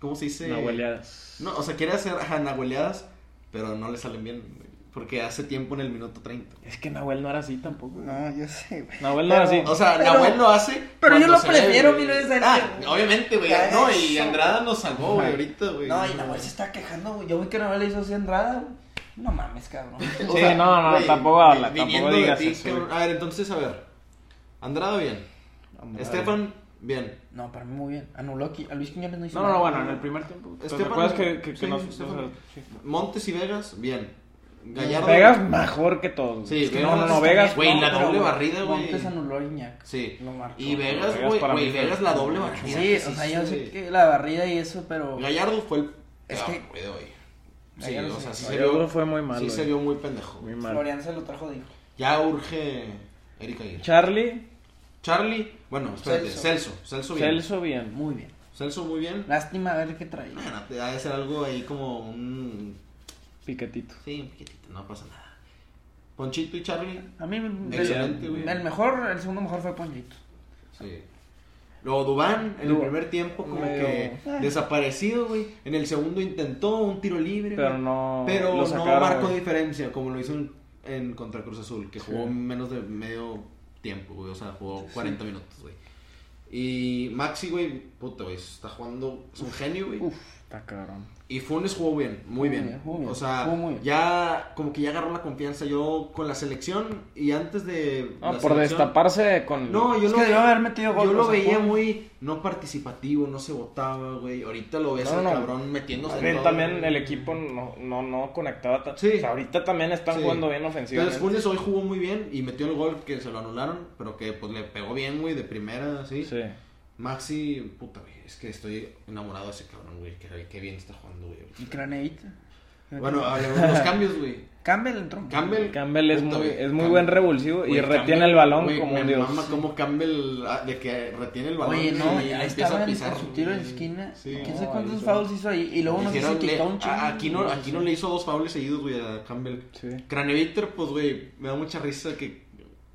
¿cómo se dice? Nahueleadas. No, o sea, quiere hacer ajá, nahueleadas, pero no le salen bien, güey. Porque hace tiempo en el minuto 30. Es que Nahuel no era así tampoco. güey. No, yo sé, güey. Nahuel no era así. Pero- O sea, Pero- Nahuel lo hace. pero yo cuando lo se ve, prefiero güey. mil veces a Ah, él. obviamente, güey. Ya No, y eso. Andrada nos salvó, güey, ahorita, güey. No, y Nahuel se está quejando, güey. Yo vi que Nahuel le hizo así a Andrada, güey. No mames, cabrón. Sí, no, no, tampoco habla, viniendo tampoco de digas ti, eso, cabrón. A ver, entonces, a ver. Andrada, bien. Andrada. Estefan, bien. No, para mí muy bien. A Nuloki, a Luis Quiñones no hizo No, no, no, nada. bueno, en el primer tiempo. Pero Estefan- ¿Te acuerdas que, que, que sí, nos- Estefan. nos- sí. Montes y Vegas, bien. Gallardo. Vegas mejor que todos. Sí, Es que Vegas no, no, no, está Vegas. bien. Güey, la pero, doble barrida, güey. Montes anuló a Iñak. Sí. Lo marcó. Y Vegas, Vegas güey. para güey, mí fue- Vegas la doble Sí, barrida. o sea, yo sé que la barrida y eso, pero. Gallardo fue el. Es Es que. que- güey, de hoy. Sí, Gallardo o sea, sí. sí se Gallardo vio. fue muy malo, Sí se güey. vio muy pendejo. Muy güey. mal. Florian se lo trajo, dijo. Ya urge. Erika Aguirre. Charlie, Charlie, bueno, espérate. Celso. Celso. Celso, bien. Celso. Celso, bien. Muy bien. muy bien. Lástima ver qué traía. Bueno, te ha de ser algo ahí como un. Piquetito. Sí, un piquetito, no pasa nada. Ponchito y Charlie. A mí, el, Excelente, güey. el mejor, el segundo mejor fue Ponchito. Sí. Luego Dubán, en el Dubán. primer tiempo, como Medio- Ah. que desaparecido, güey. En el segundo intentó un tiro libre. Pero güey. no- Pero lo no sacaron, marcó güey. diferencia, como lo hizo en, en contra Cruz Azul, que Sí. jugó menos de medio tiempo, güey. O sea, jugó 40 minutos, güey. Y Maxi, güey, puta, güey, está jugando. Es un genio, güey. Uf. Está cabrón. Y Funes jugó bien, Muy muy bien. bien, muy bien, O sea, jugó muy bien. ya como que ya agarró la confianza yo con la selección y antes de... No, la por selección- destaparse con. No, yo Ah, Es lo, que debió haber metido gol, yo lo o sea, veía fue- muy no participativo, no se votaba, güey. Ahorita lo ves No, al no. cabrón metiéndose Más en bien todo, también güey. el equipo no, no, no conectaba tan... Sí. O sea, ahorita también están Sí. jugando bien ofensivamente. Pero Funes hoy jugó muy bien y metió el gol que se lo anularon, pero que pues le pegó bien, güey, de primera, así. Sí. Maxi, puta, güey, es que estoy enamorado de ese cabrón, güey. que qué bien está jugando, güey. Y Cranevita. Bueno, hablemos de los cambios, güey. Campbell entró. Campbell, Campbell es puta, muy, güey, es muy Campbell. buen revulsivo y Güey, retiene Campbell, el balón güey, como me un dios. mama cómo Campbell, ah, de que retiene el balón Oye, no, ahí y empieza estaba a en pisar. su tiro en güey. esquina. Sí. ¿Quién sabe No, cuántos hizo- fouls hizo ahí? Y luego no sé si Hicieron- quitó le- un chingo. a- aquí no, aquí no le hizo dos faules seguidos, güey, a Campbell. Sí. Craneviter, pues, güey, me da mucha risa que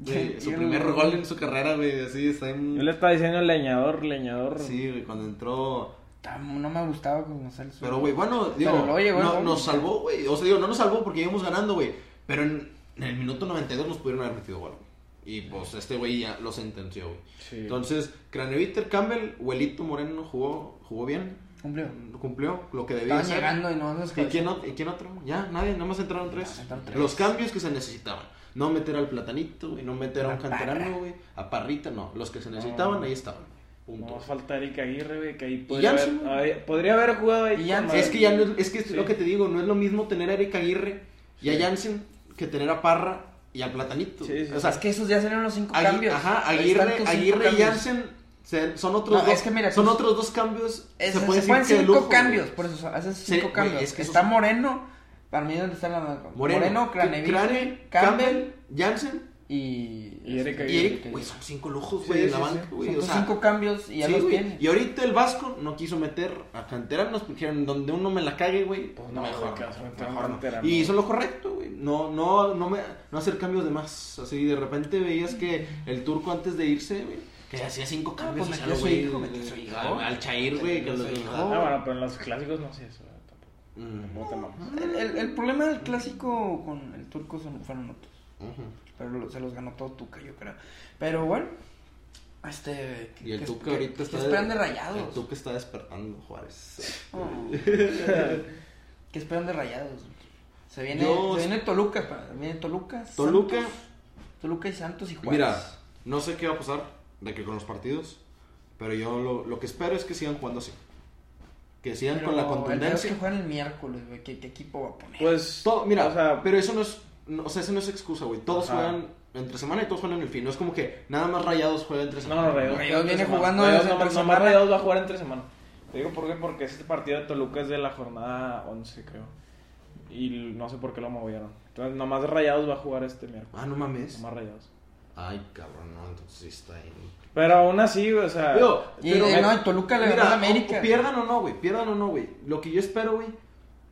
güey, Sí, su yo- primer gol en su carrera, güey, así está Yo en... le estaba diciendo leñador, leñador. Sí, güey, cuando entró... Tam- No me gustaba como Celso. Pero, güey, bueno, digo, Pero luego llegó el no- gol. nos salvó, güey. O sea, digo, no nos salvó porque íbamos ganando, güey. Pero en, en el minuto 92 nos pudieron haber metido gol, güey. Y, pues, este güey ya lo sentenció, güey. Sí. Entonces, Craneviter, Campbell, Huelito Moreno jugó, jugó bien. Cumplió. Cumplió lo que debía Estaban hacer. llegando y no nos ¿Y quién, ot- y quién otro? Ya, nadie, nada más entraron tres. más entraron tres. Los cambios que se necesitaban. No meter al platanito, güey. No meter a un A Parra. canterano, güey. A parrita, no. Los que se necesitaban, No. ahí estaban. Punto. No falta Eric Aguirre, güey, que ahí podría Jansen, haber, güey. había- podría haber jugado ahí. Y con Jansen. madre. es que ya no es, es que es Sí. lo que te digo, no es lo mismo tener a Eric Aguirre y a Jansen que tener a Parra y al platanito. Sí, sí, o O sea, sea, es que esos ya serían los cinco Agui- cambios. ajá, Ahí Aguirre, están tus cinco Aguirre y cambios. Jansen se- son otros No, dos. es que mira, son tus- otros dos cambios. Es- se puede decir fueron que de cinco lujo, güey. cambios, por eso haces Sí, cinco güey, cambios. es que esos Está son- Moreno, Para mí, ¿dónde está la Moreno, Moreno Cranevich, Crane, Campbell, Campbell, Jansen y. Y Erika y Eric. Güey, son son cinco lujos, Sí, güey, en sí, la sí. banca, güey. o tus sea, cinco cambios y ya sí, los güey. tiene. Y ahorita el Vasco no quiso meter a canteranos porque dijeron, donde uno me la cague, güey, Pues no, no, mejor, güey, que vas a meter a un mejor no. canterano. Y hizo lo correcto, güey. No, no, no, me, no hacer cambios de más. Así, de repente veías que el turco antes de irse, güey, que hacía cinco Ah, cambios. pues o sea, metió a su güey, hijo, metió a su hijo. Al, al Chair, güey, que Metió a lo su hijo. Ah, bueno, pero en los clásicos no sé eso. eh, tampoco. Mm. No te mames. El, el- el problema del clásico con el turco son- fueron otros. Ujú. Pero lo- se los ganó todo Tuca, yo creo. Pero bueno, este. Y el que- Tuca que- ahorita que está. esperan de El rayados. Tuca está despertando, Juárez. Oh. que esperan de rayados. Se viene, Yo- se viene Toluca, pa- viene Toluca. Toluca. Santos, Toluca y Santos y Juárez. Mira, Pues, no sé qué va a pasar de que con los partidos, pero yo lo, lo que espero es que sigan jugando así. Que sigan Pero con la El peor es que contundencia. juegan el miércoles, güey. ¿Qué, qué equipo va a poner? Pues, Todo- mira, o sea, pero eso no es, no- o sea, eso no es excusa, güey. Todos Ajá. juegan entre semana y todos juegan en el fin. No es como que nada más Rayados juega entre pues, No, semana. no, Rayados. Rayados viene entre semana. jugando Rayados desde no, entre no, más semana. Rayados va a jugar entre semana. Te digo por qué, porque este partido de Toluca es de la jornada 11, creo. Y no sé por qué lo movieron. Entonces, nomás Rayados va a jugar este miércoles. Ah, no mames. Nomás Rayados. Ay, cabrón, no, entonces sí está ahí. Pero aún así, o sea. Digo, y, pero- eh, no, el Toluca le ganó Mira, a América. o- pierdan o no, güey. Pierdan o no, güey. Lo que yo espero, güey,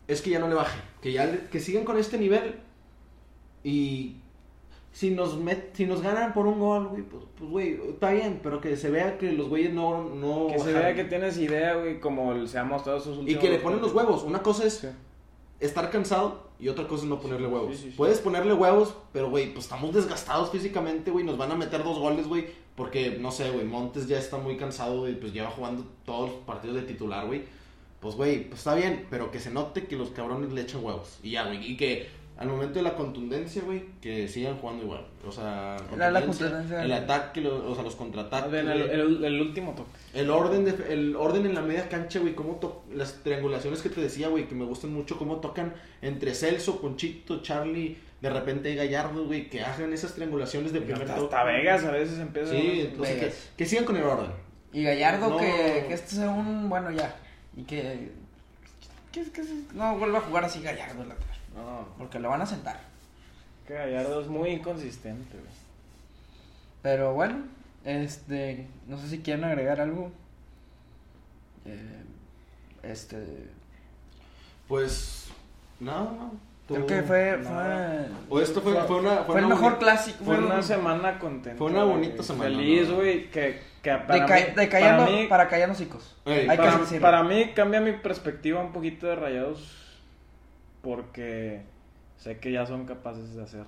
es que ya no le baje. Que ya le- que sigan con este nivel. Y si nos met- si nos ganan por un gol, güey, pues, pues, güey, está bien. Pero que se vea que los güeyes no. no que se bajaron. vea que tienes idea, güey, como el- se ha mostrado sus Y últimos. que le ponen los huevos. Una cosa es Sí. estar cansado y otra cosa es no ponerle huevos. sí, sí. Puedes ponerle huevos, pero, güey, pues estamos desgastados físicamente, güey. Nos van a meter dos goles, güey. Porque, no sé, güey, Montes ya está muy cansado y pues lleva jugando todos los partidos de titular, güey. Pues, güey, pues está bien, pero que se note que los cabrones le echan huevos. Y ya, güey. Y que al momento de la contundencia, güey, que sigan jugando igual. O sea, La- la contundencia, contundencia. el ataque, lo- o sea, los Más Ah, contraataques. bien, el, güey. el- el último toque. El orden, de- el orden en la media cancha, güey, cómo to- las triangulaciones que te decía, güey, que me gustan mucho, cómo tocan entre Celso, Conchito, Charlie, de repente Gallardo, güey, que hagan esas triangulaciones de primer Hasta, toque. hasta Vegas a veces empieza. Sí, entonces que, Vegas. que sigan con el orden. Y Gallardo No. que, que este sea un bueno ya. Y que, que, que se- no vuelva a jugar así Gallardo el lateral. No, Porque lo van a sentar. que Gallardo es muy inconsistente, güey. Pero bueno, este, no sé si quieren agregar algo. Eh, este, Pues, nada, no, creo todo- que fue, nada. fue, O esto fue, fue- fue una... fue el una mejor boni- clásico. Fue una un- semana contenta. Fue una güey. bonita semana, Feliz, ¿no? güey, que, que De, para ca- mí... de callando, para mí, para callar hocicos. Ey, Hay que para- decirlo. para mí cambia mi perspectiva un poquito de Rayados porque sé que ya son capaces de hacer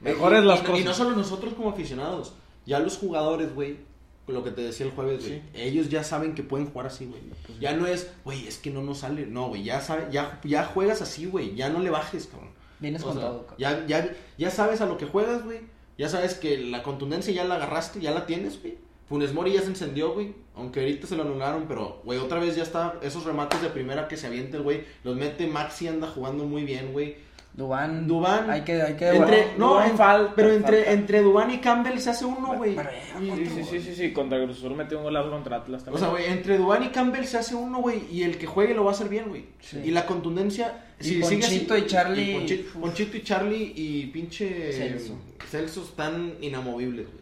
mejores Y- las y, cosas. Y no solo nosotros como aficionados, ya los jugadores, güey, lo que te decía el jueves, güey, Sí. ellos ya saben que pueden jugar así, güey. Pues ya no es, güey, es que no nos sale, no, güey, ya, sabe- ya, ya juegas así, güey, ya no le bajes, cabrón. Vienes O con sea, todo. cabrón. ya, ya, ya sabes a lo que juegas, güey, ya sabes que la contundencia ya la agarraste, ya la tienes, güey. Funes Mori ya se encendió, güey, aunque ahorita se lo anularon, pero, güey, otra vez ya está, esos remates de primera que se avienta el güey, los mete, Maxi anda jugando muy bien, güey. Dubán, Dubán, hay que, hay que Entre, Dubán- no, Dubán en- falta, pero entre, falta. entre Dubán y Campbell se hace uno, güey. Pero ya, Y- Sí, sí, sí, sí, sí, contra Cruz Azul metió un golazo contra Atlas O también. sea, güey, entre Dubán y Campbell se hace uno, güey. Y el que juegue lo va a hacer bien, güey. Sí. Y la contundencia. Y Ponchito y Charlie- y Ponchi- Uf. Ponchito, y Charlie y pinche. Celso. Celso. están inamovibles, güey.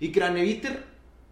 Y Craneviter,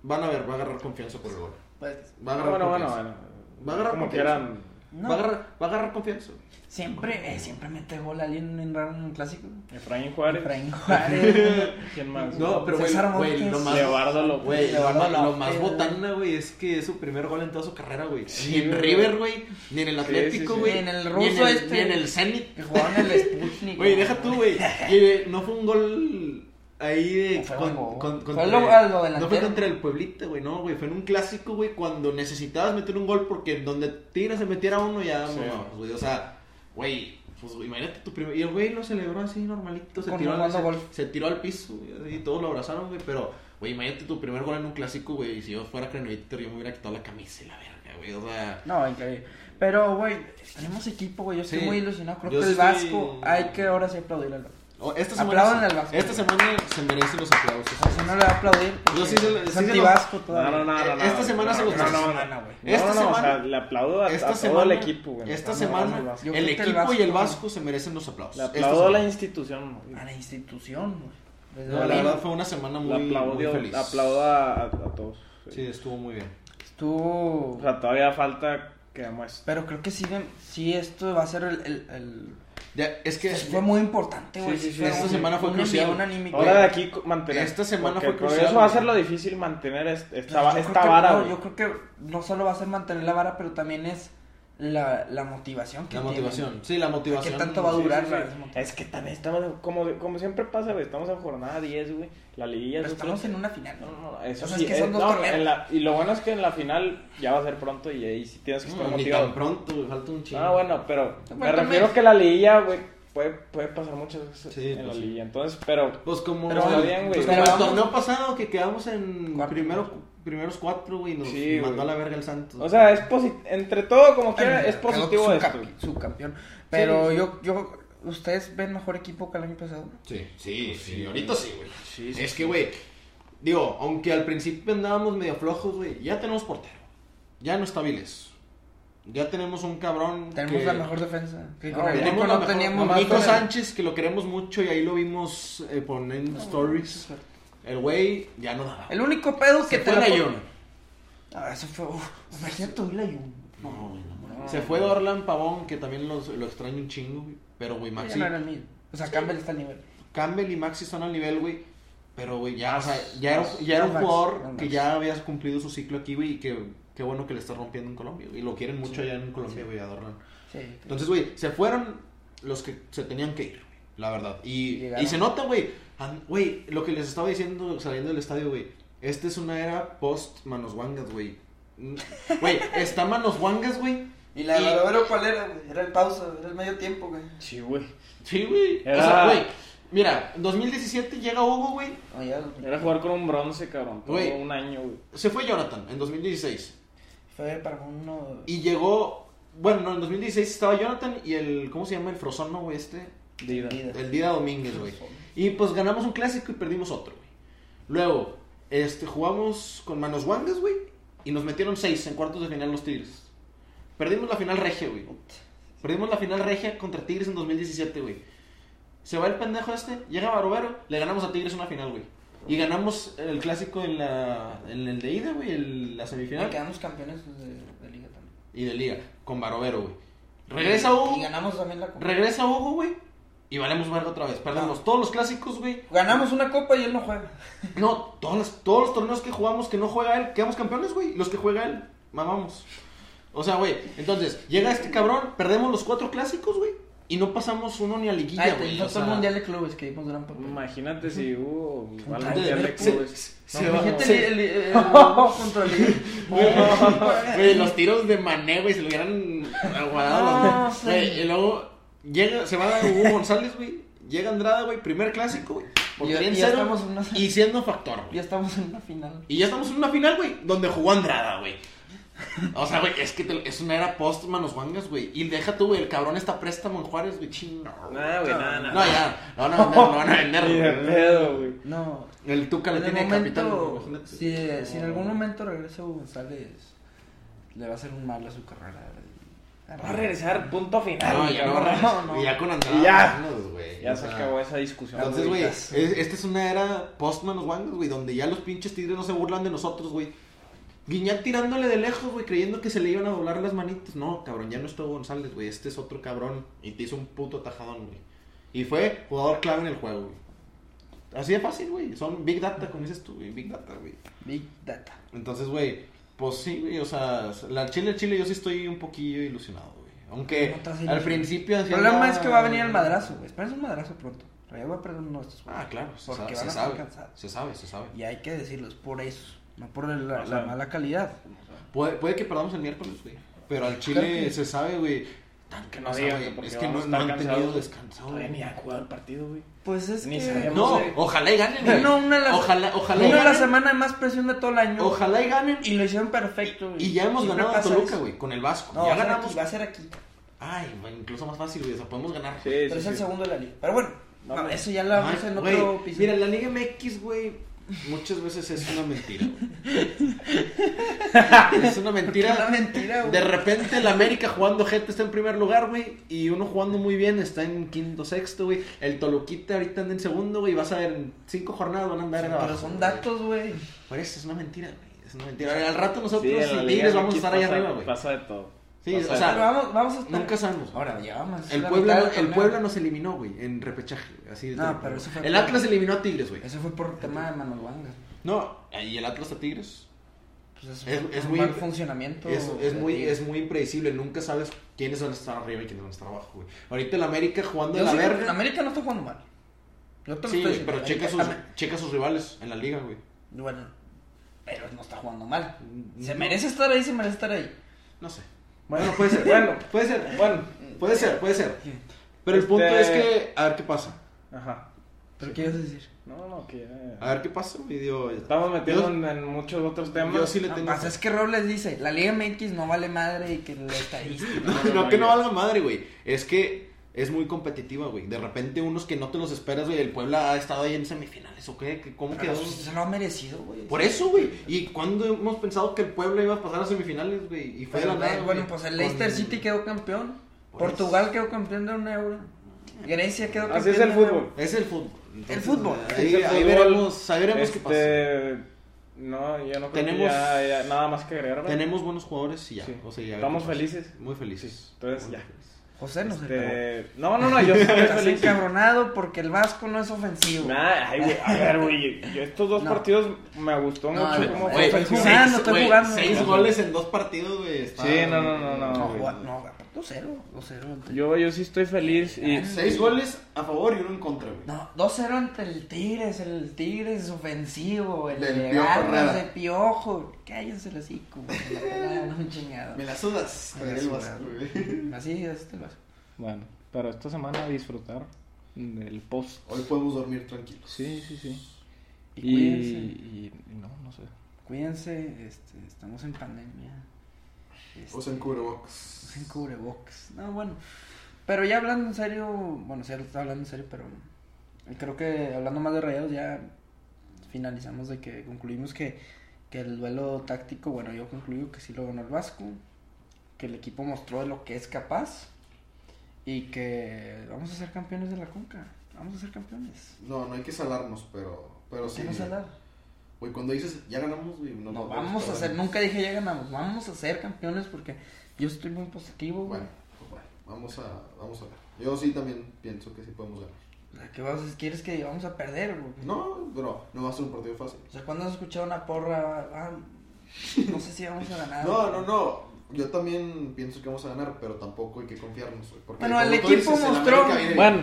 van a ver, va a agarrar confianza por el gol. pues, Va a No, agarrar bueno, bueno, confianza. bueno. Va a agarrar Como que confianza. eran... no. Va, a agarrar, va a agarrar confianza. güey. Siempre, eh, siempre mete gol alguien en raro en un clásico. Efraín Juárez. Efraín Juárez. ¿Quién más? No, pero güey, César güey, Montes. lo más. Leobardo López. Güey, lo, Leobardo más- lo López. más botana, güey, es que es su primer gol en toda su carrera, güey. Sí, ni en güey. River, güey, ni en el Sí, sí, Atlético, sí. güey. Ni en el ni ruso en el- este. Ni en el Zenit. Que jugaban en el Sputnik. Güey, deja tú, güey. Y, eh, No fue un gol ahí de. No fue con- gol. con- Fue contra- lo- a lo no fue delantero. contra el Pueblito, güey, no, güey. Fue en un clásico, güey, cuando necesitabas meter un gol porque donde Tigres se metiera uno ya, Sí. no, pues, güey. O sea, güey. Pues, güey, imagínate tu primer. Y el güey lo celebró así normalito. Se Con- tiró, al, jugando se, golf. se tiró al piso, güey. Y todos lo abrazaron, güey. Pero, güey, imagínate tu primer gol en un clásico, güey. Y si yo fuera Cranoviter, yo me hubiera quitado la camisa y la verga, güey. O sea. No, increíble. Pero, güey, tenemos equipo, güey. Yo estoy Sí. muy ilusionado. Creo Yo que el estoy- Vasco, hay que ahora sí aplaudir al Vasco. O- Esta Aplaudan semana, al Vasco. esta semana se merecen los aplausos. O sea, no le va a aplaudir. porque Yo sí se lo- Es sí se lo- antivasco No, todavía. no, no, no, no. Esta semana se los- No, no, no, semana, no, güey. no, Esta no, o semana- sea, le aplaudo a, a Esta todo semana, el equipo, güey. Esta No, no, semana, al Vasco. Yo creo el que el equipo Vasco- y el Vasco se merecen los aplausos. Le Esta aplaudo a la semana. institución, güey. A la institución, güey. Desde No, la Berlín. verdad fue una semana muy, Le aplaudo, muy feliz. aplaudo a, a- a todos. sí. Sí, estuvo muy bien. Estuvo. O sea, todavía falta que demuestre. Pero creo que siguen. Sí, esto va a ser el. el, el- pues, Ya, es que Fue muy importante, güey. Sí, sí, sí, fue esta un- semana fue un crucial. envío, un anímico. Ahora de aquí co- mantener. Esta semana porque fue el progreso crucial, va a güey. ser lo difícil mantener es- esta, Yo va- creo esta que, vara, no, güey. yo creo que no solo va a ser mantener la vara, pero también es la, la motivación que la tienen. motivación. Sí, la motivación. ¿Qué tanto va a sí, durar? sí, güey? sí. Es que también estamos, como, como siempre pasa, güey, estamos en jornada 10, güey. La liguilla Pero es otro- estamos en una final. No, ¿no? no, no, eso O sea, sí. es que son eh, dos no, torneos. en la- y lo bueno es que en la final ya va a ser pronto y ahí sí tienes que estar No, Mm, ni motivado. tan pronto, güey, falta un chingo. Ah, bueno, pero me Cuéntame. refiero que la liguilla, güey, puede, puede pasar muchas veces Sí, en la pues sí. liguilla. Entonces, pero Pues como, Pero está bien, güey. pues como Pero el vamos- torneo pasado que quedamos en Cuatro. primero, primeros cuatro, güey, nos Sí, mandó güey. a la verga el Santos. O sea, es posi- entre todo, como Bueno, quiera, es quedó positivo su esto. campe- su campeón. Pero sí. yo, yo, ustedes ven mejor equipo que el año pasado. Sí, sí, sí, sí. ahorita sí, güey. Sí, sí, es que, güey, digo, aunque al principio andábamos medio flojos, güey, ya tenemos portero. Ya no está Viles. Ya tenemos un cabrón. Tenemos que- la mejor defensa. Que con No, el tenemos Nico la no mejor- teníamos más Nico con el- Sánchez, que lo queremos mucho y ahí lo vimos eh, poniendo stories. El güey ya no daba. El único pedo Se que fue la Layún. Ah, eso fue. Uf, imagínate todo el ayuno. No, güey, no, No, Se fue Orlan Pavón, que también los- lo extraño un chingo, güey. Pero, güey, Ya Maxi. no era el mío. O sea, Campbell está al nivel. Campbell y Maxi están al nivel, güey. Pero, güey, ya, o sea, ya era, Max, ya era un Max, jugador Max. que ya había cumplido su ciclo aquí, güey. Y que qué bueno que le está rompiendo en Colombia. güey, Y lo quieren mucho allá en Colombia, güey, a Orlan. Sí. Entonces, güey, se fueron los que se tenían que ir, güey, la verdad. Y, Llegaron. y se nota, güey. an- Güey, lo que les estaba diciendo saliendo del estadio, güey. Esta es una era post Manos Wangas, güey. Mm, Güey, está Manos Wangas, güey. ¿Y la de cuál era, güey? Era el pausa, era el medio tiempo, güey. Sí, güey. Sí, güey. O sea, Era- güey. Mira, 2017 llega Hugo, güey. Era jugar con un bronce, cabrón. Todo Güey. un año, güey. Se fue Jonathan en 2016. Fue para uno. Y llegó. Bueno, no, en 2016 estaba Jonathan y el. ¿Cómo se llama? El Frosono, güey, este. De ida. El Dida Domínguez, güey. Y pues ganamos un clásico y perdimos otro, güey. Luego, este, jugamos con Manos Wangas, güey. Y nos metieron seis en cuartos de final los Tigres. Perdimos la final regia, güey. Perdimos la final regia contra Tigres en 2017, güey. Se va el pendejo este, llega Barovero, le ganamos a Tigres una final, güey. Y ganamos el clásico en, la, en el de ida, güey, el- la Y semifinal. quedamos campeones de, de liga también. Y de liga, con Barovero, güey. Regresa Hugo, Y ganamos también la copa. Ah. regresa Hugo, güey. Y valemos verga otra vez. Perdemos todos los clásicos, güey. Ganamos una copa y él no juega. No, todas las- todos los torneos que jugamos que no juega él, quedamos campeones, güey. Los que juega él, mamamos. O sea, güey, entonces, llega este cabrón, perdemos los cuatro clásicos, güey. Y no pasamos uno ni a liguilla, Ay, güey. no fue Ah, o sea, este, el mundial de clubes que dimos gran papel. Imagínate si hubo al Ay, mundial de güey, se- clubes. se No, va- imagínate se- el, el- el- contra el Güey, los tiros de Mané, güey, se lo hubieran aguadado. No, los- sí. güey, y luego llega, se va Hugo González, güey. Llega Andrada, güey, primer clásico, güey. Y- portería en y ya cero, estamos en una- Y siendo factor, güey. Ya estamos en una final. Y ya estamos en una final, güey, donde jugó Andrada, güey. O sea, güey, es que te- es una era post manos guangas, güey. Y deja tú, güey, el cabrón está a préstamo en Juárez, güey, chingo. Nah, güey, nada, No, nada. ya, lo van a vender, lo van a Ni de vender, güey. pedo, güey. No. El Tuca le En tiene el capital, momento, güey, imagínate. si, si en algún momento regresa Hugo González, le va a hacer un mal a su carrera. Va a regresar, punto final. No, güey, ya no, cabrón. no, no. Y ya con Andrada. Y ya. vámonos, güey. Ya O se sea, acabó esa discusión. Entonces, güey, es- Ahorita. esta es una era post manos guangas, güey, donde ya los pinches tigres no se burlan de nosotros, güey. Guiñac tirándole de lejos, güey, creyendo que se le iban a doblar las manitas. No, cabrón, ya no estuvo González, güey. Este es otro cabrón. Y te hizo un puto tajadón, güey. Y fue jugador clave en el juego, güey. Así de fácil, güey. Son Big Data, como dices tú, güey. Big Data, güey. Big Data. Entonces, güey, pues sí, güey. O sea, la Chile, Chile, yo sí estoy un poquillo ilusionado, güey. Aunque No te has Eh, al ilusionado. principio. El hacía problema ya- es que va a venir el madrazo, güey. Espérense un madrazo pronto. Rayados va a perder uno de estos juegos. Ah, claro, se, Porque sabe, van se, a estar sabe, cansados. se sabe, se sabe. Y hay que decirlo, es por eso. No por el- O la, sea, la mala calidad. Puede, puede que perdamos el miércoles, güey. Pero al Chile Claro que- se sabe, güey. Tan que Que no no sabe, digan que güey. porque Es que no, vamos a no estar han tenido cansados. descanso, Todavía ni güey. ha jugado el partido, güey. Pues es Ni que... sabemos. No, sé. ojalá y ganen, güey. No, una de las- Ojalá, ojalá y Vino la ganen. semana de más presión de todo el año. Ojalá y ganen. Y lo hicieron perfecto, güey. Y ya hemos Siempre ganado a pasa Toluca, eso. güey. Con el Vasco. No, ya va a ser ganamos. aquí, va a ser aquí. Ay, güey, incluso más fácil, güey. O sea, podemos ganar. Sí, Pero sí, es el sí. segundo de la liga. Pero bueno, No, hombre. eso ya lo hablamos Ay, en güey, otro episodio. Mira, la Liga MX, güey, muchas veces es una mentira, güey. es una mentira. Una mentira, güey. De repente el América jugando gente está en primer lugar, güey, y uno jugando muy bien está en quinto, sexto, güey. El Toluquita ahorita anda en segundo, güey, vas a ver, en cinco jornadas van a andar en abajo. Pero son güey. datos, güey. Por eso es una mentira, güey. Es una mentira. Al rato nosotros, Sí, en la y Liga Tigres, vamos MX a estar allá pasa- arriba, güey. Pasa de todo. Sí, Pasa o de sea, Pero todo. vamos, vamos a estar- Nunca sabemos. güey. Ahora, ya vamos. El la Puebla, mitad no- del el torneo. Puebla nos eliminó, güey, en repechaje. güey, Así de No, terrible, pero güey. eso fue- El Atlas eliminó a Tigres, güey. Eso fue por tema de Manuel Vanga. No, eh, y el Atlas a Tigres. Pues eso Es- fue es un muy- mal funcionamiento. Es, es de muy, Tigres. es muy impredecible, nunca sabes quiénes van a estar arriba y quiénes van a estar abajo, güey. Ahorita el América jugando Yo en la sí- verga. América no está jugando mal. Yo te lo Sí, estoy güey, diciendo, pero checa sus, América- checa sus rivales en la liga, güey. Bueno, pero no está jugando mal. Se Mm, No. merece estar ahí, se merece estar ahí. No sé. Bueno, puede ser. Bueno, Puede ser, bueno. puede Este ser, puede ser. Pero el punto Este- es que, a ver qué pasa. Ajá. ¿Pero qué ibas a decir? No, no, que. eh, A ver qué pasa, güey. digo, Estamos metidos Ah, yo- en, en muchos otros temas. Yo sí le No, tengo. pues es que Robles dice, la Liga MX no vale madre y que la estadística. No, No, no, no, que no ya. valga madre, güey. Es que es muy competitiva, güey. De repente unos que no te los esperas, güey. El Puebla ha estado ahí en semifinales, ¿o qué? ¿Qué- ¿Cómo Pero quedó? pues, se lo ha merecido, güey. Por eso, güey. ¿Y cuándo hemos pensado que el Puebla iba a pasar a semifinales, güey? Y fue Pero, de la nada, güey, bueno, güey. pues el Con- Leicester City quedó campeón. Por Portugal quedó campeón de un euro. Grecia quedó campeón. Así es el de un fútbol. euro. Es el fútbol. Entonces, El fútbol. Ahí, Es el ahí fútbol. veremos, ahí veremos qué pasa. Este, No, yo no creo Tenemos- que ya haya nada más que agregar. ¿verdad? Tenemos buenos jugadores y ya. Sí. O sea, ya Estamos veremos. felices. Muy felices. Sí, entonces, Muy ya. felices. José no se Este, No, no, no, yo sí estoy Estás feliz. encabronado porque el Vasco no es ofensivo. Nah, ay, güey, a ver, güey, yo estos dos No. partidos me gustó No, mucho güey, cómo güey, fue estoy ofensivo. jugando, estoy güey, jugando. Seis goles en dos partidos, güey. está- Sí, no, no, no, no, No, güey. juega- no, aparte cero, 2-0. ante- Yo, yo sí estoy feliz y... Seis goles a favor y uno en contra, güey. No, 2-0 ante el Tigres, el Tigres es ofensivo, el Del de Piojo garras Herrera. de piojo. Cállense el hocico, güey, la pelada, no chingado. Me la sudas. Me la El sudas. Vasco, güey. Así es, este te lo hace. Bueno, pero esta semana a disfrutar del post. Hoy podemos dormir tranquilos. Sí, sí, sí. Y Y, cuídense, y- y no, no sé. cuídense, este, estamos en pandemia. Este, Usen cubrebocas. usen cubrebocas. No, bueno, pero ya hablando en serio, bueno, sí, está hablando en serio, pero creo que hablando más de rayados ya finalizamos de que concluimos que, que el duelo táctico, bueno, yo concluyo que sí lo ganó el Vasco, que el equipo mostró de lo que es capaz y que vamos a ser campeones de la Conca, vamos a ser campeones. No, no hay que salarnos, pero, pero Pues sí. ¿Qué nos ha dado? Güey, cuando dices, ya ganamos, güey. No, nos vamos a perder. ser, nunca dije ya ganamos, vamos a ser campeones porque yo estoy muy positivo, güey. Bueno, pues bueno, vamos a, vamos a ver. Yo sí también pienso que sí podemos ganar. ¿A ¿Qué vas, quieres que vamos a perder, güey? No, pero no va a ser un partido fácil. O sea, cuando has escuchado una porra, ah, no sé si vamos a ganar. No, no, no. Yo también pienso que vamos a ganar, pero tampoco hay que confiarnos, güey. porque Bueno, como el tú equipo el mostró- América viene bien. Bueno,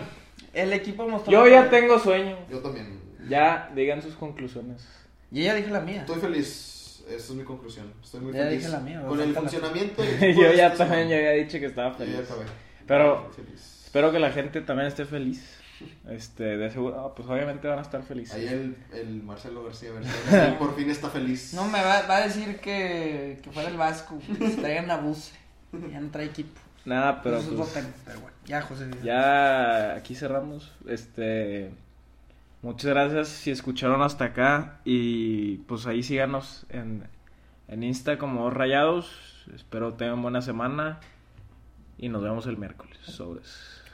El equipo mostró. yo ya tengo sueño. Yo también. Ya digan sus conclusiones. Y ella dije la mía. Estoy feliz. Esa es mi conclusión. Estoy muy Ya feliz. dije la mía, Con falta el la- funcionamiento. del equipo yo de ya esta también ya semana. había dicho que estaba Yo ya feliz. acabé. Pero- Feliz. Espero que la gente también esté feliz. Este, de seguro, ah, pues obviamente van a estar felices. Ahí el, el Marcelo García, García, por fin está feliz. No me va, va a decir que, que fuera el Vasco. Que se traigan a Buse. Ya no trae equipo. Nada, pero Eso es pues, botán, pero bueno, ya José. dice. ya aquí cerramos. Este, muchas gracias si escucharon hasta acá y pues ahí síganos en, en Insta como Dos Rayados. Espero tengan buena semana y nos vemos el miércoles. Sobres.